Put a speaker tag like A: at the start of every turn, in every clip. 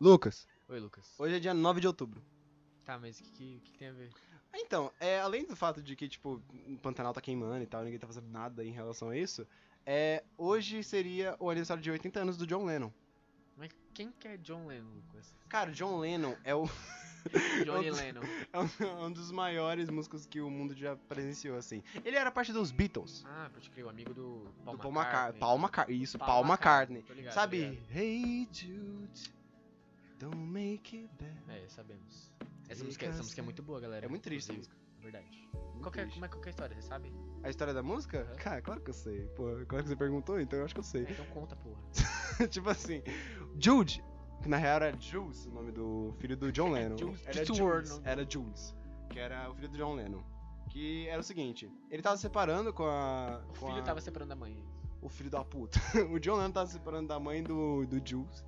A: Lucas,
B: Oi, Lucas.
A: hoje é dia 9 de outubro.
B: Tá, mas o que, que, que tem a ver?
A: Então, é, além do fato de que, tipo, o Pantanal tá queimando e tal, ninguém tá fazendo nada em relação a isso, é, hoje seria o aniversário de 80 anos do John Lennon.
B: Mas quem que é John Lennon, Lucas?
A: Cara, o John Lennon é, o,
B: Johnny
A: Eu-
B: Lennon.
A: é um- é um dos maiores músicos que o mundo já presenciou, assim. Ele era parte dos Beatles.
B: Ah, pode crer, o amigo do Paul
A: do Paul McCartney. Paul
B: Palma
A: McCartney. Isso, Paul,
B: Paul
A: McCartney.
B: McCartney, tô ligado,
A: Sabe?
B: tô
A: Hey Jude, don't make it bad.
B: É, sabemos. Essa
A: Fica
B: música, essa música é
A: assim.
B: muito boa, galera.
A: É muito triste
B: inclusive. Verdade.
A: Muito
B: Qual que é,
A: triste.
B: como é que é a história, você sabe?
A: A história da música?
B: Aham.
A: Cara, claro que eu sei. Pô, claro que você perguntou, então eu acho que eu sei.
B: É, Então conta, porra.
A: tipo assim, Jude, que na real era Jules, o nome do filho do John Lennon.
B: É Jules
A: era
B: Stewart, né?
A: Jules,
B: não.
A: era Jules, que era o filho do John Lennon. Que era o seguinte, ele tava se separando com a.
B: O
A: com
B: filho
A: a-
B: tava separando da mãe.
A: O filho da puta. o John Lennon tava se separando da mãe do, do Jules.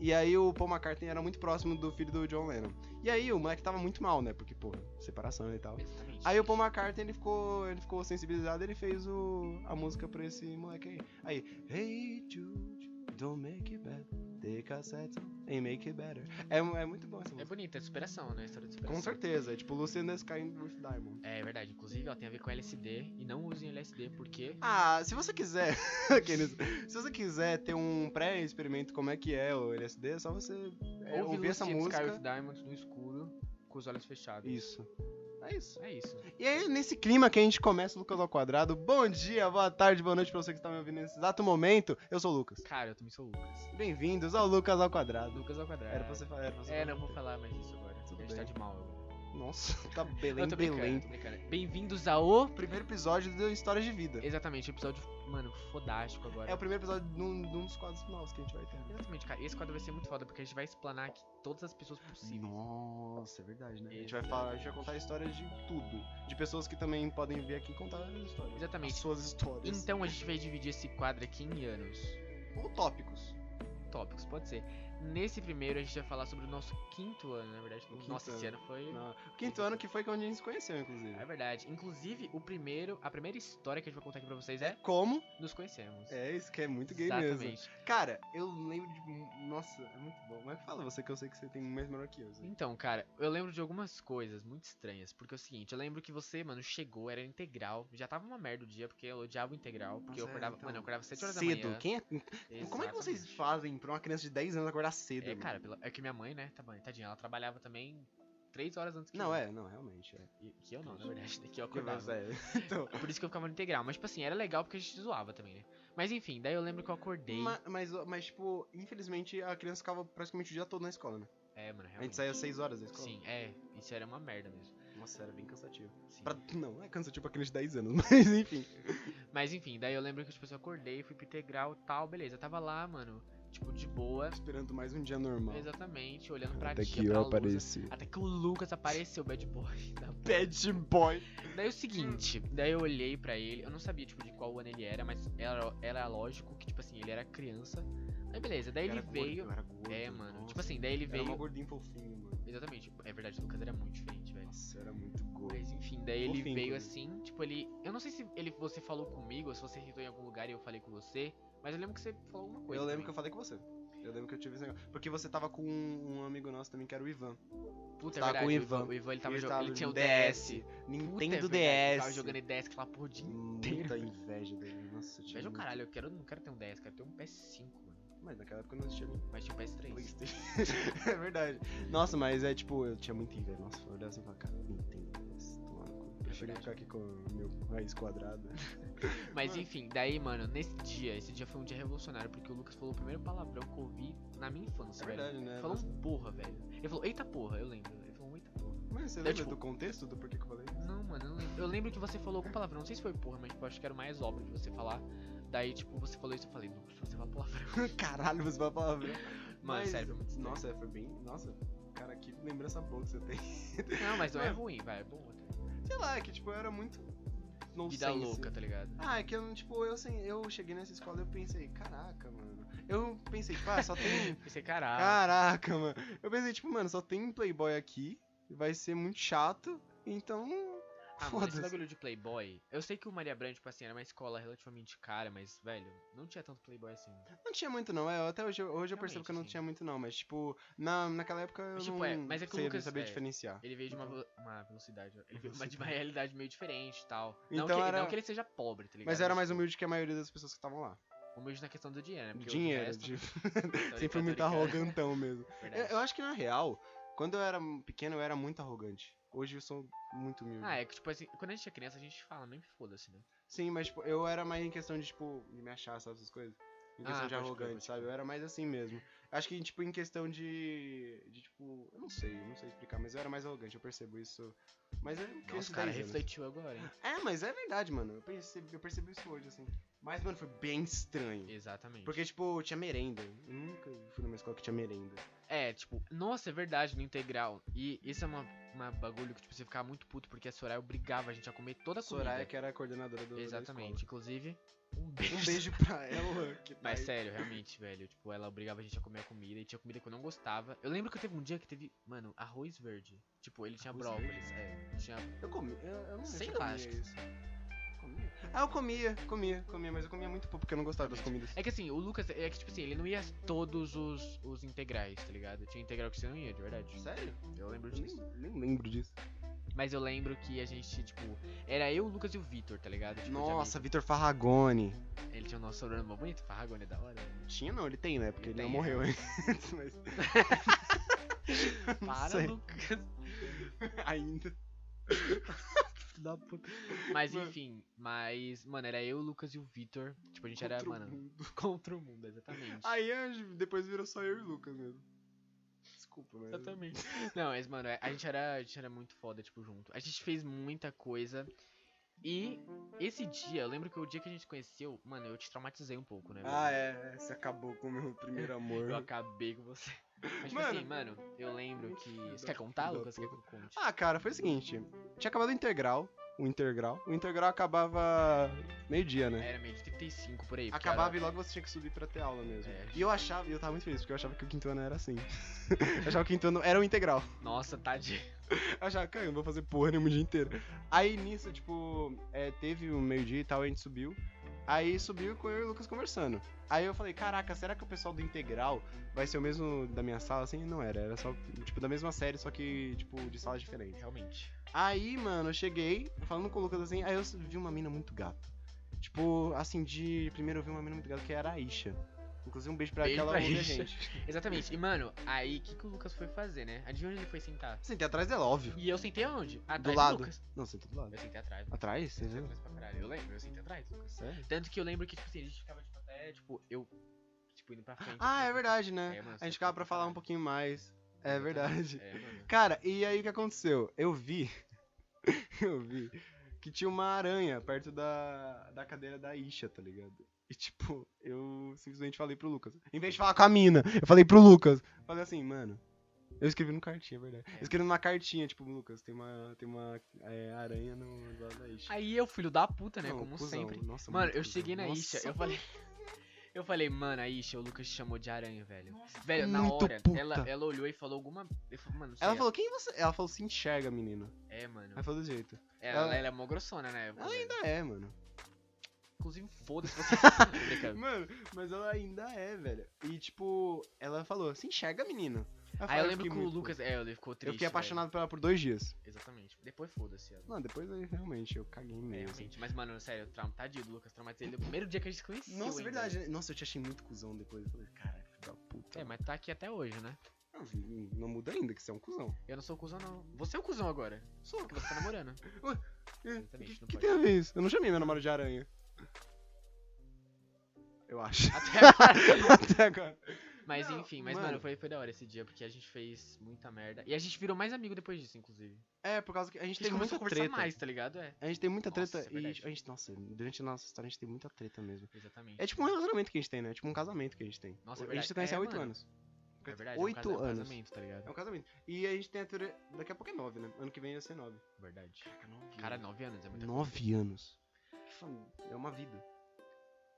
A: E aí o Paul McCartney era muito próximo do filho do John Lennon. E aí o moleque tava muito mal, né? Porque, pô, separação e tal.
B: Exatamente.
A: Aí o Paul McCartney ele ficou, ele ficou sensibilizado, ele fez o, a música pra esse moleque aí. Aí, Hey Jude, don't make it bad, take a settle and make it better. É, é muito bom essa
B: É
A: música.
B: bonita, é superação, né? a História de superação.
A: Com certeza, é tipo Lucy in the Sky with Diamond.
B: É verdade, inclusive ela tem a ver com LSD e não usem LSD porque
A: Ah, se você quiser, aqueles- se você quiser ter um pré-experimento como é que é o LSD, é só você é,
B: ouve
A: ouvir essa
B: Lucy in the Sky with
A: música.
B: Diamonds no escuro com os olhos fechados.
A: Isso. É isso.
B: É isso.
A: E aí, nesse clima que a gente começa o Lucas ao Quadrado, bom dia, boa tarde, boa noite pra você que está me ouvindo nesse exato momento. Eu sou o Lucas.
B: Cara, eu também sou o Lucas.
A: Bem-vindos ao Lucas ao Quadrado.
B: Lucas ao quadrado.
A: Era pra você falar. Era pra você
B: É, não vou falar mais isso agora.
A: Tudo
B: a gente tá
A: bem.
B: de mal agora.
A: Nossa, tá
B: Eu
A: Belém,
B: tô brincando,
A: Belém.
B: tô brincando. Bem-vindos ao.
A: Primeiro episódio do História de Vida.
B: Exatamente, episódio, mano, fodástico agora.
A: É o primeiro episódio de um, de um dos quadros novos que a gente vai ter.
B: Exatamente, cara. Esse quadro vai ser muito foda porque a gente vai explanar aqui todas as pessoas possíveis.
A: Nossa, é verdade, né? A gente vai falar, a gente vai contar histórias de tudo. De pessoas que também podem vir aqui contar as histórias.
B: Exatamente.
A: As suas histórias.
B: Então a gente vai dividir esse quadro aqui em anos. Então-
A: Ou tópicos.
B: Tópicos, pode ser. Nesse primeiro a gente vai falar sobre o nosso quinto ano, na verdade.
A: O quinto
B: Nossa, esse ano foi.
A: Não. Quinto ano que foi quando a gente se conheceu, inclusive.
B: É verdade. Inclusive, o primeiro, a primeira história que a gente vai contar aqui pra vocês é
A: Como?
B: Nos Conhecemos.
A: É, isso que é muito gay
B: Exatamente.
A: mesmo. Cara, eu lembro de. Nossa, é muito bom. Mas fala você que eu sei que você tem mais melhor que eu. assim. Zé.
B: Então, cara, eu lembro de algumas coisas muito estranhas. Porque é o seguinte, eu lembro que você, mano, chegou, era integral. Já tava uma merda o dia, porque eu odiava o integral. Porque eu
A: Nossa, é,
B: acordava,
A: então,
B: mano, eu acordava 7 horas
A: cedo.
B: da manhã.
A: Quem é- Como é que vocês
B: Exatamente.
A: fazem pra uma criança de 10 anos acordar cedo?
B: É,
A: mano?
B: cara, pela- é que minha mãe, né, tá bom, tadinha, ela trabalhava também 3 horas antes que
A: Não,
B: eu.
A: é, não, realmente. É.
B: E- Que eu não, na verdade, né, que eu
A: Que
B: acordava.
A: é. Então,
B: Por isso que eu ficava no integral. Mas, tipo assim, era legal porque a gente zoava também, né? Mas, enfim, daí eu lembro que eu acordei.
A: ma- mas, mas, tipo, infelizmente a criança ficava praticamente o dia todo na escola, né?
B: É, mano,
A: A gente
B: realmente.
A: saía às 6 horas da escola.
B: Sim, é, isso era uma merda mesmo.
A: Nossa, era bem cansativo.
B: Sim.
A: Pra- não, é cansativo pra criança de 10 anos, mas enfim.
B: Mas enfim, daí eu lembro que tipo, assim, eu acordei, fui pro integral e tal, beleza. Eu tava lá, mano, tipo, de boa.
A: Esperando mais um dia normal.
B: Exatamente, olhando pra tia, pra né? Lusa, Até que o Lucas apareceu, bad boy. da porra.
A: Bad boy.
B: daí é o seguinte,
A: Hum.
B: daí eu olhei pra ele, eu não sabia, tipo, de qual ano ele era, mas era, era lógico que, tipo assim, ele era criança. Aí beleza, daí ele
A: Era gordo,
B: veio.
A: era gordo,
B: é, mano,
A: nossa.
B: tipo assim, daí ele
A: Era
B: veio.
A: uma gordinho fofinho, mano.
B: Exatamente, é verdade, o Lucas era muito diferente, velho.
A: Nossa, era muito gordo.
B: Mas enfim, daí ele
A: Fofinho,
B: veio
A: inclusive.
B: assim, tipo, ele. Eu não sei se ele, você falou comigo ou se você irritou em algum lugar e eu falei com você, mas eu lembro que você falou alguma coisa.
A: Eu lembro
B: também.
A: que eu falei com você. Eu lembro que eu tive esse negócio. Porque você tava com um um amigo nosso também, que era o Ivan.
B: Puta,
A: Tava
B: é
A: Tá com o
B: verdade,
A: Ivan.
B: O Ivan ele tava
A: ele,
B: jogando.
A: tava
B: Ele tinha o
A: no
B: DS. Puta, é
A: Nintendo
B: verdade, ele Tava
A: DS.
B: jogando DS aquela porra de.
A: Muita inveja dele. Nossa, eu tinha
B: Veja o
A: muito-
B: caralho, eu quero, não quero ter um DS, quero ter um PS5, mano.
A: Mas naquela época eu não existia nem
B: Mas tinha um PS3.
A: Playstation. é verdade. Nossa, mas é tipo, eu tinha muita inveja. Nossa, eu olhava assim e falava, cara, Nintendo DS. Tomar no cu. Eu cheguei a
B: É verdade.
A: ficar aqui com o meu raiz quadrado.
B: Mas
A: Mano.
B: enfim, daí, mano, nesse dia, esse dia foi um dia revolucionário, porque o Lucas falou o primeiro palavrão que eu ouvi na minha infância,
A: É
B: velho.
A: verdade, né?
B: Ele falou
A: Nossa.
B: um porra, velho. Ele falou, eita porra, eu lembro. Ele falou, eita porra.
A: Mas você
B: É,
A: lembra
B: tipo-
A: do contexto do porquê que eu falei?
B: Não, mano, eu não lembro. Eu lembro que você falou algum palavrão, não sei se foi porra, mas tipo, acho que era o mais óbvio de você falar. Daí, tipo, você falou isso, eu falei, Lucas, você fala palavrão.
A: Caralho, você vai falar. Mano,
B: Mano, sério, foi muito estranho.
A: Nossa, é, foi bem. Nossa, cara, que lembrança boa que você tem.
B: Não, mas não é
A: Mano.
B: ruim, vai, é bom até.
A: Sei lá, é que tipo, eu era muito. Não
B: Vida louca, tá ligado?
A: Ah, é que eu, tipo, eu, assim, eu cheguei nessa escola e eu pensei, caraca, mano. Eu pensei, tipo, ah, só tem.
B: Pensei, caralho.
A: caraca, mano. Eu pensei, tipo, mano, só tem playboy aqui. Vai ser muito chato. Então.
B: Ah, mano,
A: Foda-se.
B: esse bagulho de Playboy. Eu sei que o Maria Branca, tipo assim, era uma escola relativamente cara, mas, velho, não tinha tanto Playboy assim.
A: Não tinha muito, não. É, até hoje, eu- hoje eu percebo
B: Realmente,
A: que eu não
B: sim.
A: tinha muito, não. Mas, tipo, na, naquela época eu
B: Mas,
A: não
B: tipo, é, mas é que o
A: sei-
B: Lucas-
A: sabia
B: é.
A: diferenciar.
B: Ele veio de
A: Então.
B: uma, velo- uma velocidade, ó. ele veio de uma realidade meio diferente e tal. não,
A: Então
B: que,
A: era-
B: não que ele seja pobre, tá ligado?
A: Mas era mais
B: tipo,
A: humilde que a maioria das pessoas que estavam lá.
B: humilde na questão do dinheiro, né? Porque o
A: Dinheiro,
B: resto-
A: tipo,
B: Tô ligado,
A: sempre
B: tô
A: muito
B: ligado.
A: arrogantão mesmo. É, Eu,
B: é Verdade.
A: eu acho que, na real, quando eu era pequeno, eu era muito arrogante. Hoje eu sou muito humilde.
B: Ah, é que, tipo assim, quando a gente é criança, a gente fala, nem foda-se, né?
A: Sim, mas tipo, eu era mais em questão de, tipo, de me achar, sabe, essas coisas. Em questão
B: Ah,
A: de
B: pode crer,
A: arrogante,
B: pode
A: sabe?
B: crer.
A: Eu era mais assim mesmo. Acho que, tipo, em questão de. de tipo. Eu não sei, eu não sei explicar, mas eu era mais arrogante, eu percebo isso. Mas é criança
B: Nossa,
A: de
B: o cara
A: 10 anos.
B: refletiu agora, hein?
A: É, mas é verdade, mano. Eu percebi, eu percebi isso hoje, assim. Mas, mano, foi bem estranho.
B: Exatamente.
A: Porque, tipo, tinha merenda. Eu nunca fui numa escola que tinha merenda.
B: É, tipo, nossa, é verdade, no integral. E isso é uma, uma bagulho que, tipo, você ficava muito puto, porque a Soraya obrigava a gente a comer toda a comida.
A: Soraya, que era a coordenadora do. da
B: Exatamente. Inclusive, um
A: escola.
B: beijo.
A: Um beijo pra ela. Que tá
B: Mas
A: aí.
B: sério, realmente, velho. Tipo, ela obrigava a gente a comer a comida e tinha comida que eu não gostava. Eu lembro que teve um dia que teve, mano, arroz verde. Tipo, ele tinha
A: Arroz
B: brócolis. É, tinha.
A: Eu comia, eu, eu não sei
B: Sei lá,
A: comia
B: acho que-
A: isso. Comia? Ah, eu comia, comia, comia, mas eu comia muito pouco porque eu não gostava das comidas.
B: É que assim, o Lucas, é que tipo assim, ele não ia a todos os, os integrais, tá ligado? Tinha integral que você não ia, de verdade.
A: Sério?
B: Eu lembro
A: Eu nem,
B: disso.
A: nem lembro disso. Tipo,
B: Mas eu lembro que a gente, tipo, era eu, o Lucas e o Vitor, tá ligado? Tipo, de
A: Nossa, Vitor Farragone.
B: amigo. Ele tinha um nosso sobrenome bonito, Farragone é da hora. né?
A: Tinha não, ele tem, né? Porque
B: Ele
A: ele, não
B: tem, é.
A: morreu antes, mas. Não
B: Para,
A: sei,
B: Lucas.
A: ainda.
B: Mas
A: Mano.
B: enfim, mas, mano, era eu, o Lucas e o Vitor. Tipo, a gente era,
A: Contra o
B: mano,
A: mundo.
B: contra o mundo, exatamente.
A: Aí eu- depois virou só eu e o Lucas mesmo. Desculpa, mas.
B: Exatamente. Não, mas, mano, a gente, era, a gente era muito foda, tipo, junto. A gente fez muita coisa. E esse dia, eu lembro que o dia que a gente se conheceu, mano, eu te traumatizei um pouco, né?
A: Ah,
B: velho?
A: é, é, você acabou com o meu primeiro amor.
B: Eu acabei com você. Mas, tipo
A: Mano.
B: assim, mano, eu lembro que. Você
A: da-
B: quer contar,
A: filho da
B: Lucas? Quer que eu conte?
A: Ah, cara, foi o seguinte. Tinha acabado o integral. O integral. O integral acabava meio-dia, né?
B: Era meio de 35 por aí. porque
A: Acabava
B: era-
A: e logo você tinha que subir pra ter aula mesmo.
B: É.
A: E eu achava, e eu tava muito feliz, porque eu achava que o quinto ano era assim. eu achava que o quinto ano era o integral.
B: Nossa, tadinho.
A: Eu achava, cara, eu não vou fazer porra nenhuma o dia inteiro. Aí nisso, tipo, é, teve um meio-dia e tal, a gente subiu. Aí subiu com eu e o Lucas conversando. Aí eu falei, caraca, será que o pessoal do integral vai ser o mesmo da minha sala? Assim, não era, era só, tipo, da mesma série, só que, tipo, de salas diferentes.
B: Realmente.
A: Aí, mano, eu cheguei, falando com o Lucas assim, aí eu vi uma mina muito gata. Tipo, assim, de primeiro eu vi uma mina muito gata que era a Isha. Inclusive, um beijo pra
B: Beijo
A: aquela
B: pra
A: ouve a
B: Isha.
A: gente.
B: Exatamente. E, mano, aí, o que, que o Lucas foi fazer, né? Adivinha onde ele foi sentar?
A: Sentei atrás dela, óbvio.
B: E eu sentei onde? Atrás
A: lado. Ah,
B: Lucas.
A: Não, sentei do lado.
B: Eu sentei atrás.
A: Atrás? Você
B: Eu sentei
A: viu?
B: atrás pra caralho. Eu lembro, eu sentei atrás, Lucas.
A: Sério?
B: Tanto que eu lembro que, tipo assim, a gente ficava, tipo, até, tipo, eu, tipo, indo pra frente.
A: Ah,
B: assim,
A: é verdade,
B: é,
A: né?
B: mano,
A: A
B: você
A: gente ficava
B: ficou
A: pra falar um
B: caralho.
A: pouquinho mais. É
B: Exatamente.
A: verdade.
B: É, mano.
A: Cara, e aí o que aconteceu? Eu vi. eu vi. Que tinha uma aranha perto da, da cadeira da Isha, tá ligado? E tipo, eu simplesmente falei pro Lucas. Em vez de falar com a mina, eu falei pro Lucas. Falei assim, mano. Eu escrevi no cartinha, é verdade. Eu escrevi numa cartinha, tipo, Lucas, tem uma, tem uma é, aranha no do lado da Isha.
B: Aí eu, filho da puta, né?
A: Não,
B: como
A: cuzão,
B: sempre.
A: Nossa,
B: Mano,
A: muito
B: eu
A: cuzão.
B: cheguei na
A: Nossa,
B: Isha, eu falei. Eu falei, mano, a Isha, o Lucas te chamou de aranha, velho. velho, na
A: muito
B: hora,
A: puta.
B: ela, ela olhou e falou alguma. eu falei, mano, não sei,
A: Ela falou, quem você. Ela falou, se enxerga, menino.
B: É, mano.
A: Ela falou do jeito.
B: Ela,
A: ela-
B: ela é mó grossona, né?
A: Ela ainda é, mano.
B: Inclusive, foda-se você. tá Brincadeira.
A: Mano, mas ela ainda é, velho. E tipo, ela falou, se enxerga, menino.
B: Aí
A: falei,
B: eu lembro
A: fiquei
B: que o
A: muito-
B: Lucas. É, ele ficou triste.
A: Eu fiquei
B: velho.
A: apaixonado por ela por dois dias.
B: Exatamente. Depois foda-se. ela.
A: Não, depois aí realmente eu caguei
B: É,
A: mesmo.
B: realmente. Mas, mano, sério, trauma, tadinho do Lucas, traumatizei ele no primeiro dia que a gente se conheceu.
A: Nossa,
B: ainda.
A: verdade, né? Nossa, eu te achei muito cuzão depois. Eu falei, caralho, filho da puta.
B: É, mas tá aqui até hoje, né?
A: Não, não muda ainda que você é um cuzão.
B: Eu não sou cuzão, não. Você é o cuzão agora.
A: Sou.
B: Porque você tá namorando.
A: É,
B: Exatamente,
A: que
B: não
A: que
B: pode.
A: tem a ver isso? Eu não chamei meu namorado de aranha. Eu acho.
B: Até agora.
A: Até agora.
B: Mas
A: Não,
B: enfim, mas,
A: mano.
B: mano, foi, foi da hora esse dia, porque a gente fez muita merda. E a gente virou mais amigo depois disso, inclusive.
A: É, por causa que a
B: A
A: gente
B: gente
A: tem
B: começou a
A: muita
B: conversar
A: treta.
B: mais, tá ligado? É.
A: A gente tem muita
B: Nossa,
A: treta
B: é
A: e
B: verdade.
A: a gente, nossa, durante a nossa história a gente tem muita treta mesmo.
B: Exatamente.
A: É tipo um relacionamento que a gente tem, né? É tipo um casamento que a gente tem.
B: Nossa, é
A: a gente se
B: verdade.
A: conhece há
B: É,
A: oito
B: mano.
A: anos.
B: É verdade, é um
A: Oito
B: casa- é um
A: anos.
B: casamento, tá ligado?
A: É um casamento. E a gente tem a teoria. Daqui a pouco é nove, né? Ano que vem ia ser nove.
B: Verdade.
A: Caraca, nove
B: Cara, nove anos é muita
A: Nove anos. Que fam- É uma vida.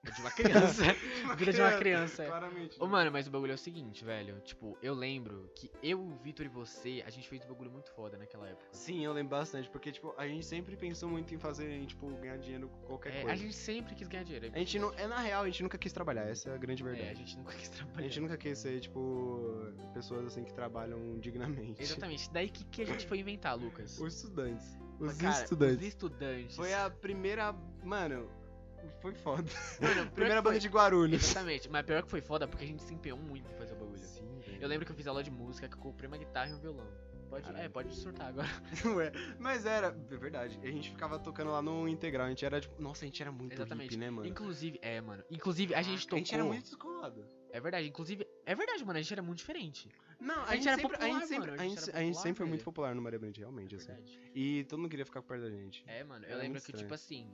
B: É de uma criança.
A: Uma
B: Vida de uma criança, é.
A: Claramente.
B: Ô, mano, mas o bagulho é o seguinte, velho. Tipo, eu lembro que eu, o Vitor e você, a gente fez um bagulho muito foda naquela época.
A: Sim, eu lembro bastante, porque, tipo, a gente sempre pensou muito em fazer, em, tipo, ganhar dinheiro com qualquer
B: É,
A: coisa.
B: a gente sempre quis ganhar dinheiro.
A: A gente não. É na real, a gente nunca quis trabalhar, essa é a grande
B: É,
A: verdade.
B: a gente nunca quis
A: A
B: trabalhar.
A: gente nunca quis ser, tipo, pessoas assim que trabalham dignamente.
B: Exatamente. Daí que, que a gente foi inventar, Lucas?
A: Os estudantes. Os
B: Mas, cara,
A: estudantes.
B: Os estudantes.
A: Foi a primeira. Mano, foi foda.
B: Mano,
A: primeira
B: pior que
A: banda de Guarulhos.
B: foi- Exatamente. Mas pior que foi foda porque a gente se empenhou muito em fazer o bagulho.
A: Sim,
B: Eu lembro que eu fiz aula de música, que eu comprei uma guitarra e um violão. Pode, é,
A: Caralho.
B: pode surtar agora.
A: lembro. Ué, mas era, é verdade. A gente ficava tocando lá no integral. A gente era, tipo, nossa, a gente era muito
B: Exatamente.
A: hippie, né, mano? Ah,
B: Inclusive, é, mano. Inclusive, a gente tocou.
A: A gente era muito descolado.
B: É verdade, inclusive. É verdade, mano. A gente era muito diferente.
A: Não, a,
B: gente
A: gente,
B: era
A: sempre, a
B: popular,
A: gente sempre,
B: mano,
A: a gente, a gente
B: popular,
A: sempre foi muito
B: velho.
A: popular no Maria Brand, realmente,
B: É
A: assim.
B: verdade.
A: E todo mundo queria ficar perto da gente.
B: É, mano. Eu
A: Era
B: lembro
A: muito
B: que,
A: estranho.
B: tipo assim,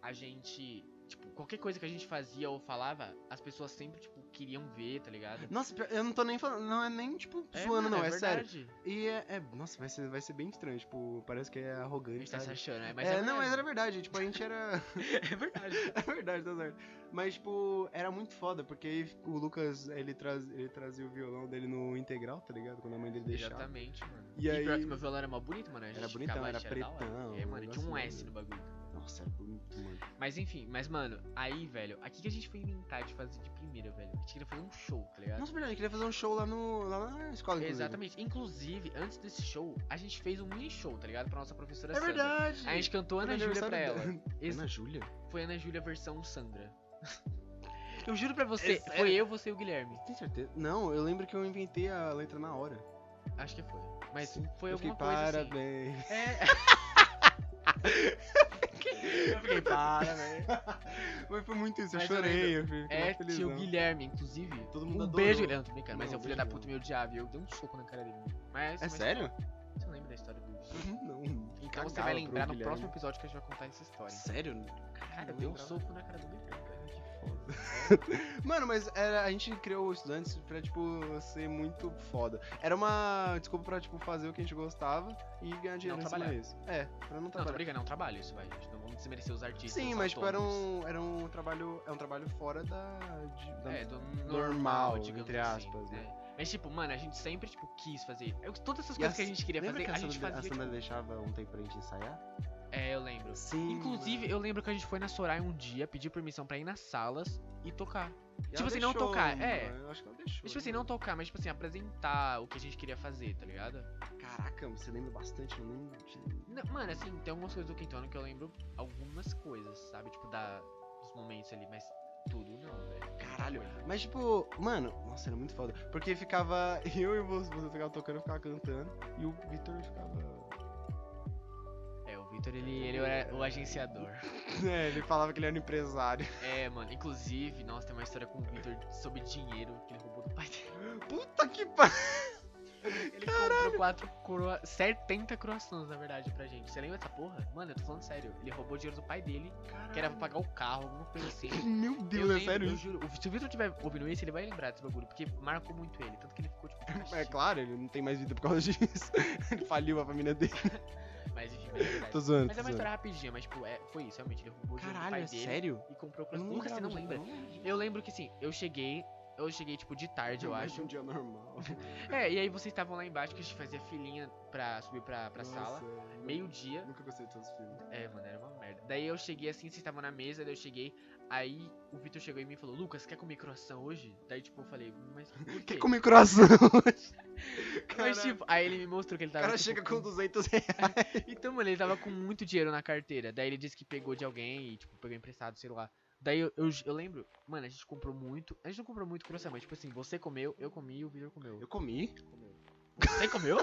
B: a gente. Tipo, qualquer coisa que a gente fazia ou falava, as pessoas sempre, tipo, queriam ver, tá ligado?
A: Nossa, pior- eu não tô nem falando, não é nem, tipo,
B: É,
A: zoando,
B: mano,
A: não, é, sério.
B: verdade.
A: E é, é- nossa, vai ser, vai ser bem estranho, tipo, parece que é
B: A
A: arrogante,
B: gente tá se
A: sabe?
B: achando, é, mas
A: É,
B: é
A: não, mas era
B: verdade.
A: verdade, tipo, a gente era...
B: É verdade.
A: É verdade, tá certo. Mas, tipo, era muito foda, porque o Lucas, ele, traz, ele trazia o violão dele no integral, tá ligado? Quando a mãe dele deixava.
B: Exatamente, mano.
A: E aí-
B: pior que meu violão era mó bonito, mano. A gente
A: Era bonitão,
B: ficava,
A: era
B: achava da hora.
A: pretão,
B: É, mano, tinha um
A: negócio
B: S no bagulho.
A: Nossa, era bonito, mano.
B: Mas enfim, mas mano, aí, velho, aqui que a gente foi inventar de fazer de primeira, velho. A gente queria fazer um show, tá ligado?
A: Nossa, verdade, eu queria fazer um show lá, no, lá na escola, inclusive.
B: Exatamente. Inclusive, antes desse show, a gente fez um mini show, tá ligado? Pra nossa professora
A: É
B: Sandra.
A: verdade!
B: A gente cantou
A: Foi no
B: Ana Júlia pra ela.
A: aniversário da-
B: Ex-
A: Ana Júlia?
B: Foi Ana Júlia versão Sandra. Eu juro pra você,
A: É sério?
B: foi eu, você e o Guilherme.
A: Tem certeza? Não, eu lembro que eu inventei a letra na hora.
B: Acho que foi. Mas
A: Sim.
B: foi
A: eu
B: alguma
A: fiquei, né?
B: coisa assim.
A: parabéns.
B: É. eu fiquei, para, velho.
A: Mas foi muito isso, eu
B: Mas eu
A: chorei, eu fiquei
B: É,
A: mó felizão.
B: tio Guilherme, inclusive.
A: Todo
B: Um
A: mundo
B: beijo,
A: adorou.
B: Guilherme. Não, tô brincando, mas
A: Não,
B: é o filho da
A: beijo,
B: puta me odiava. e Eu dei um soco na cara dele. Mas.
A: É
B: mas-
A: sério?
B: Você não lembra da história do Guilherme?
A: Não.
B: Então
A: cagava
B: você vai
A: pro
B: lembrar no
A: Guilherme.
B: próximo episódio que a gente vai contar essa história.
A: Sério?
B: Cara,
A: não
B: deu um
A: lembrava.
B: soco na cara do Guilherme, cara. Que foda.
A: Mano, mas era, a gente criou o Estudantes pra, tipo, ser muito foda. Era uma desculpa pra, tipo, fazer o que a gente gostava e ganhar dinheiro
B: Não
A: em cima
B: trabalhar.
A: disso. É, pra não
B: Não, tô
A: trabalhar.
B: brincando, é um trabalho isso, vai, gente. Não vamos desmerecer os artistas.
A: Sim, mas, tipo, era
B: autônomos.
A: um, era um trabalho... É um trabalho fora da... de- da-
B: É, do normal,
A: normal,
B: digamos
A: entre
B: assim,
A: aspas, né?
B: é. Mas, tipo, mano, a gente sempre, tipo, quis fazer. Eu- todas essas
A: E a
B: coisas que a gente queria
A: Lembra
B: fazer,
A: que
B: a
A: a
B: gente
A: Sandra, a
B: fazia.
A: Sandra
B: tipo-
A: deixava um tempo pra gente ensaiar?
B: É, eu lembro.
A: Sim.
B: Inclusive, eu lembro que a gente foi na Soraya um dia, pedir permissão pra ir nas salas e tocar.
A: mano. E
B: tipo
A: ela
B: assim, não
A: deixou,
B: tocar,
A: mano,
B: é.
A: Eu acho que ela deixou.
B: Mas, tipo assim,
A: né?
B: não tocar, mas, tipo assim, apresentar o que a gente queria fazer, tá ligado?
A: Caraca, você lembra bastante, eu lembro. de-
B: Não, mano, assim, tem algumas coisas do Quintano que eu lembro algumas coisas, sabe? Tipo, da, dos momentos ali, mas tudo não, velho.
A: Caralho.
B: Muita coisa.
A: Mas, tipo, mano, nossa, era muito foda. Porque ficava eu e você, você ficava tocando, eu ficava cantando, e o Vitor ficava...
B: É, o Victor, ele, ele era o agenciador.
A: É, ele falava que ele era um empresário.
B: É, mano, inclusive, nossa, tem uma história com o Victor sobre dinheiro que ele roubou do pai dele.
A: Puta que pariu.
B: Ele comprou quatro coroa... 70 croissants, na verdade, pra gente. Você lembra dessa porra? Mano, eu tô falando sério. Ele roubou dinheiro do pai dele, que era pra pagar o carro, alguma coisa assim.
A: Meu Deus,
B: eu
A: é
B: lembro, Eu
A: sério?
B: juro. Se o Victor tiver ouvindo isso, ele vai lembrar desse bagulho, porque marcou muito ele. Tanto que ele ficou, tipo,
A: É
B: castigo.
A: claro, ele não tem mais vida por causa disso. ele faliu a família dele.
B: Mas enfim, mas é verdade.
A: Tô zoando,
B: Mas
A: tô
B: é uma
A: zoando.
B: história rapidinha, mas tipo, é, foi isso, realmente. Ele roubou o dinheiro do pai dele
A: é sério?
B: e comprou
A: Eu
B: pra Lucas, você não lembra?
A: Eu
B: Eu lembro que assim, eu cheguei, eu cheguei tipo de tarde, eu acho.
A: um dia normal.
B: É, e aí vocês estavam lá embaixo que a gente fazia filinha pra subir pra, pra sala. Meio-dia.
A: é Nunca gostei de seus filmes.
B: É, mano, era uma merda. Daí eu cheguei assim, vocês estavam na mesa, daí eu cheguei. Aí o Vitor chegou em mim e falou: Lucas, quer comer croissant hoje? Daí tipo, eu falei: Mas por quê?
A: Quer comer coração?
B: Mas tipo, aí ele me mostrou que ele
A: o
B: tava.
A: cara
B: tipo,
A: chega
B: com-
A: com 200 reais.
B: Então, mano, ele tava com muito dinheiro na carteira. Daí ele disse que pegou de alguém e, tipo, pegou emprestado, sei lá. Daí eu, eu, eu lembro, mano, a gente comprou muito. A gente não comprou muito croissant, mas tipo assim, você comeu, eu comi e o Vitor comeu.
A: Eu comi?
B: Você comeu?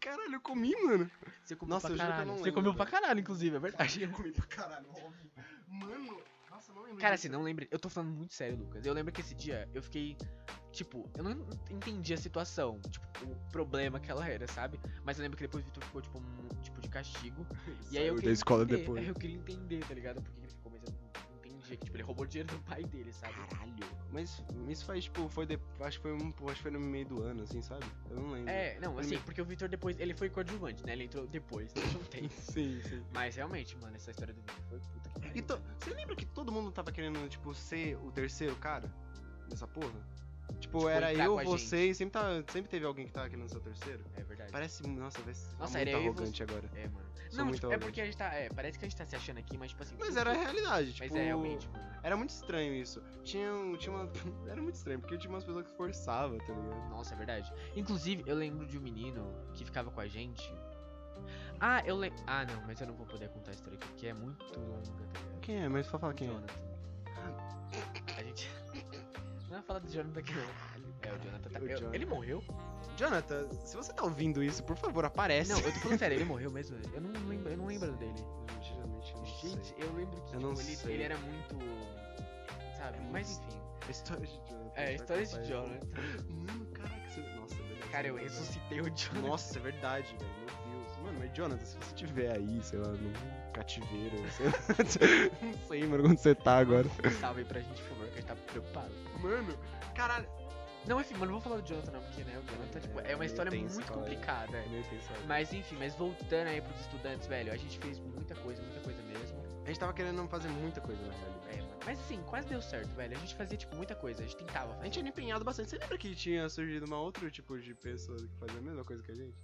A: Caralho, eu comi, mano.
B: Você comeu
A: Nossa,
B: pra
A: eu juro que eu
B: caralho.
A: não
B: Você
A: lembro,
B: comeu pra
A: velho.
B: caralho, inclusive, é verdade.
A: Eu comi pra caralho, óbvio. Mano, nossa, eu não lembro.
B: Cara,
A: disso.
B: assim, não lembro. Eu tô falando muito sério, Lucas. Eu lembro que esse dia eu fiquei. Tipo, eu não entendi a situação, tipo, o problema que ela era, sabe? Mas eu lembro que depois o Vitor ficou, tipo, mu- tipo, de castigo. E aí
A: Saiu
B: eu queria
A: da escola
B: entender,
A: depois.
B: aí eu queria entender, tá ligado? Por que que ele ficou, mas eu não entendi. dia, que tipo, ele roubou dinheiro do pai dele, sabe?
A: Caralho. Mas isso faz, tipo, foi depois. Acho que foi um. Acho que foi no meio do ano, assim, sabe? Eu não lembro.
B: É, não, assim, porque o Victor depois, ele foi coadjuvante, né? Ele entrou depois, né? não tem.
A: Sim, sim.
B: Mas realmente, mano, essa história do Victor foi puta que pariu.
A: E to- você lembra que todo mundo tava querendo, tipo, ser o terceiro cara dessa porra? Tipo,
B: Tipo,
A: era
B: entrar
A: eu,
B: com a
A: você e sempre, tava, sempre teve alguém que tava querendo ser o terceiro.
B: É verdade.
A: Parece. Nossa, vai ser muito
B: Nossa, era eu e
A: arrogante agora.
B: É, mano.
A: Sou
B: não,
A: muito
B: tipo, é
A: arrogante.
B: porque a gente tá. É, parece que a gente tá se achando aqui, mas tipo assim.
A: Mas
B: tudo-
A: era a realidade, tipo.
B: Mas é realmente, mano.
A: Era muito estranho isso. Tinha, um- tinha uma. Era muito estranho, porque tinha umas pessoas que forçavam, tá ligado?
B: Nossa, é verdade. Inclusive, eu lembro de um menino que ficava com a gente. Ah, eu lembro. Ah, não, mas eu não vou poder contar a história aqui, porque é muito longa, tá ligado?
A: Quem é? Mas só fala quem é.
B: Jonathan. A gente. Não vai falar do Jonathan aqui, não. É, o Jonathan tá.
A: O
B: eu-
A: Jonathan.
B: Ele morreu?
A: Jonathan, se você tá ouvindo isso, por favor, aparece.
B: Não, eu tô falando sério, ele morreu mesmo. Eu não lembro, eu não lembro dele.
A: eu geralmente não sei.
B: Gente, eu lembro que
A: Eu não
B: tipo, ele,
A: sei.
B: ele era muito. Sabe?
A: É muito
B: Mas enfim.
A: A história de Jonathan.
B: É,
A: vai
B: histórias
A: contar
B: de
A: isso.
B: Jonathan.
A: Mano, caraca, você... Nossa, é verdade.
B: Cara, eu ressuscitei o Jonathan.
A: Nossa, é verdade, velho. Meu Deus. Mano, mas Jonathan, se você tiver aí, sei lá, num cativeiro, sei lá. não sei, mano, onde você tá agora.
B: Um salve aí pra gente, por favor, que a gente tá preocupado.
A: Mano, caralho.
B: Não, enfim, mas não vou falar do Jonathan, não, porque, né, o Jonathan, tipo, é
A: É
B: uma
A: meio
B: história
A: tenso
B: muito
A: falar, né?
B: complicada.
A: É meio tenso, né?
B: Mas enfim, mas voltando aí pros estudantes, velho, a gente fez muita coisa, muita coisa mesmo.
A: A gente tava querendo fazer muita coisa né, na realidade.
B: É, mano. Mas assim, quase deu certo, velho. A gente fazia, tipo, muita coisa, a gente tentava
A: A
B: fazer.
A: gente era empenhado bastante. Você lembra que tinha surgido uma outro tipo de pessoa que fazia a mesma coisa que a gente?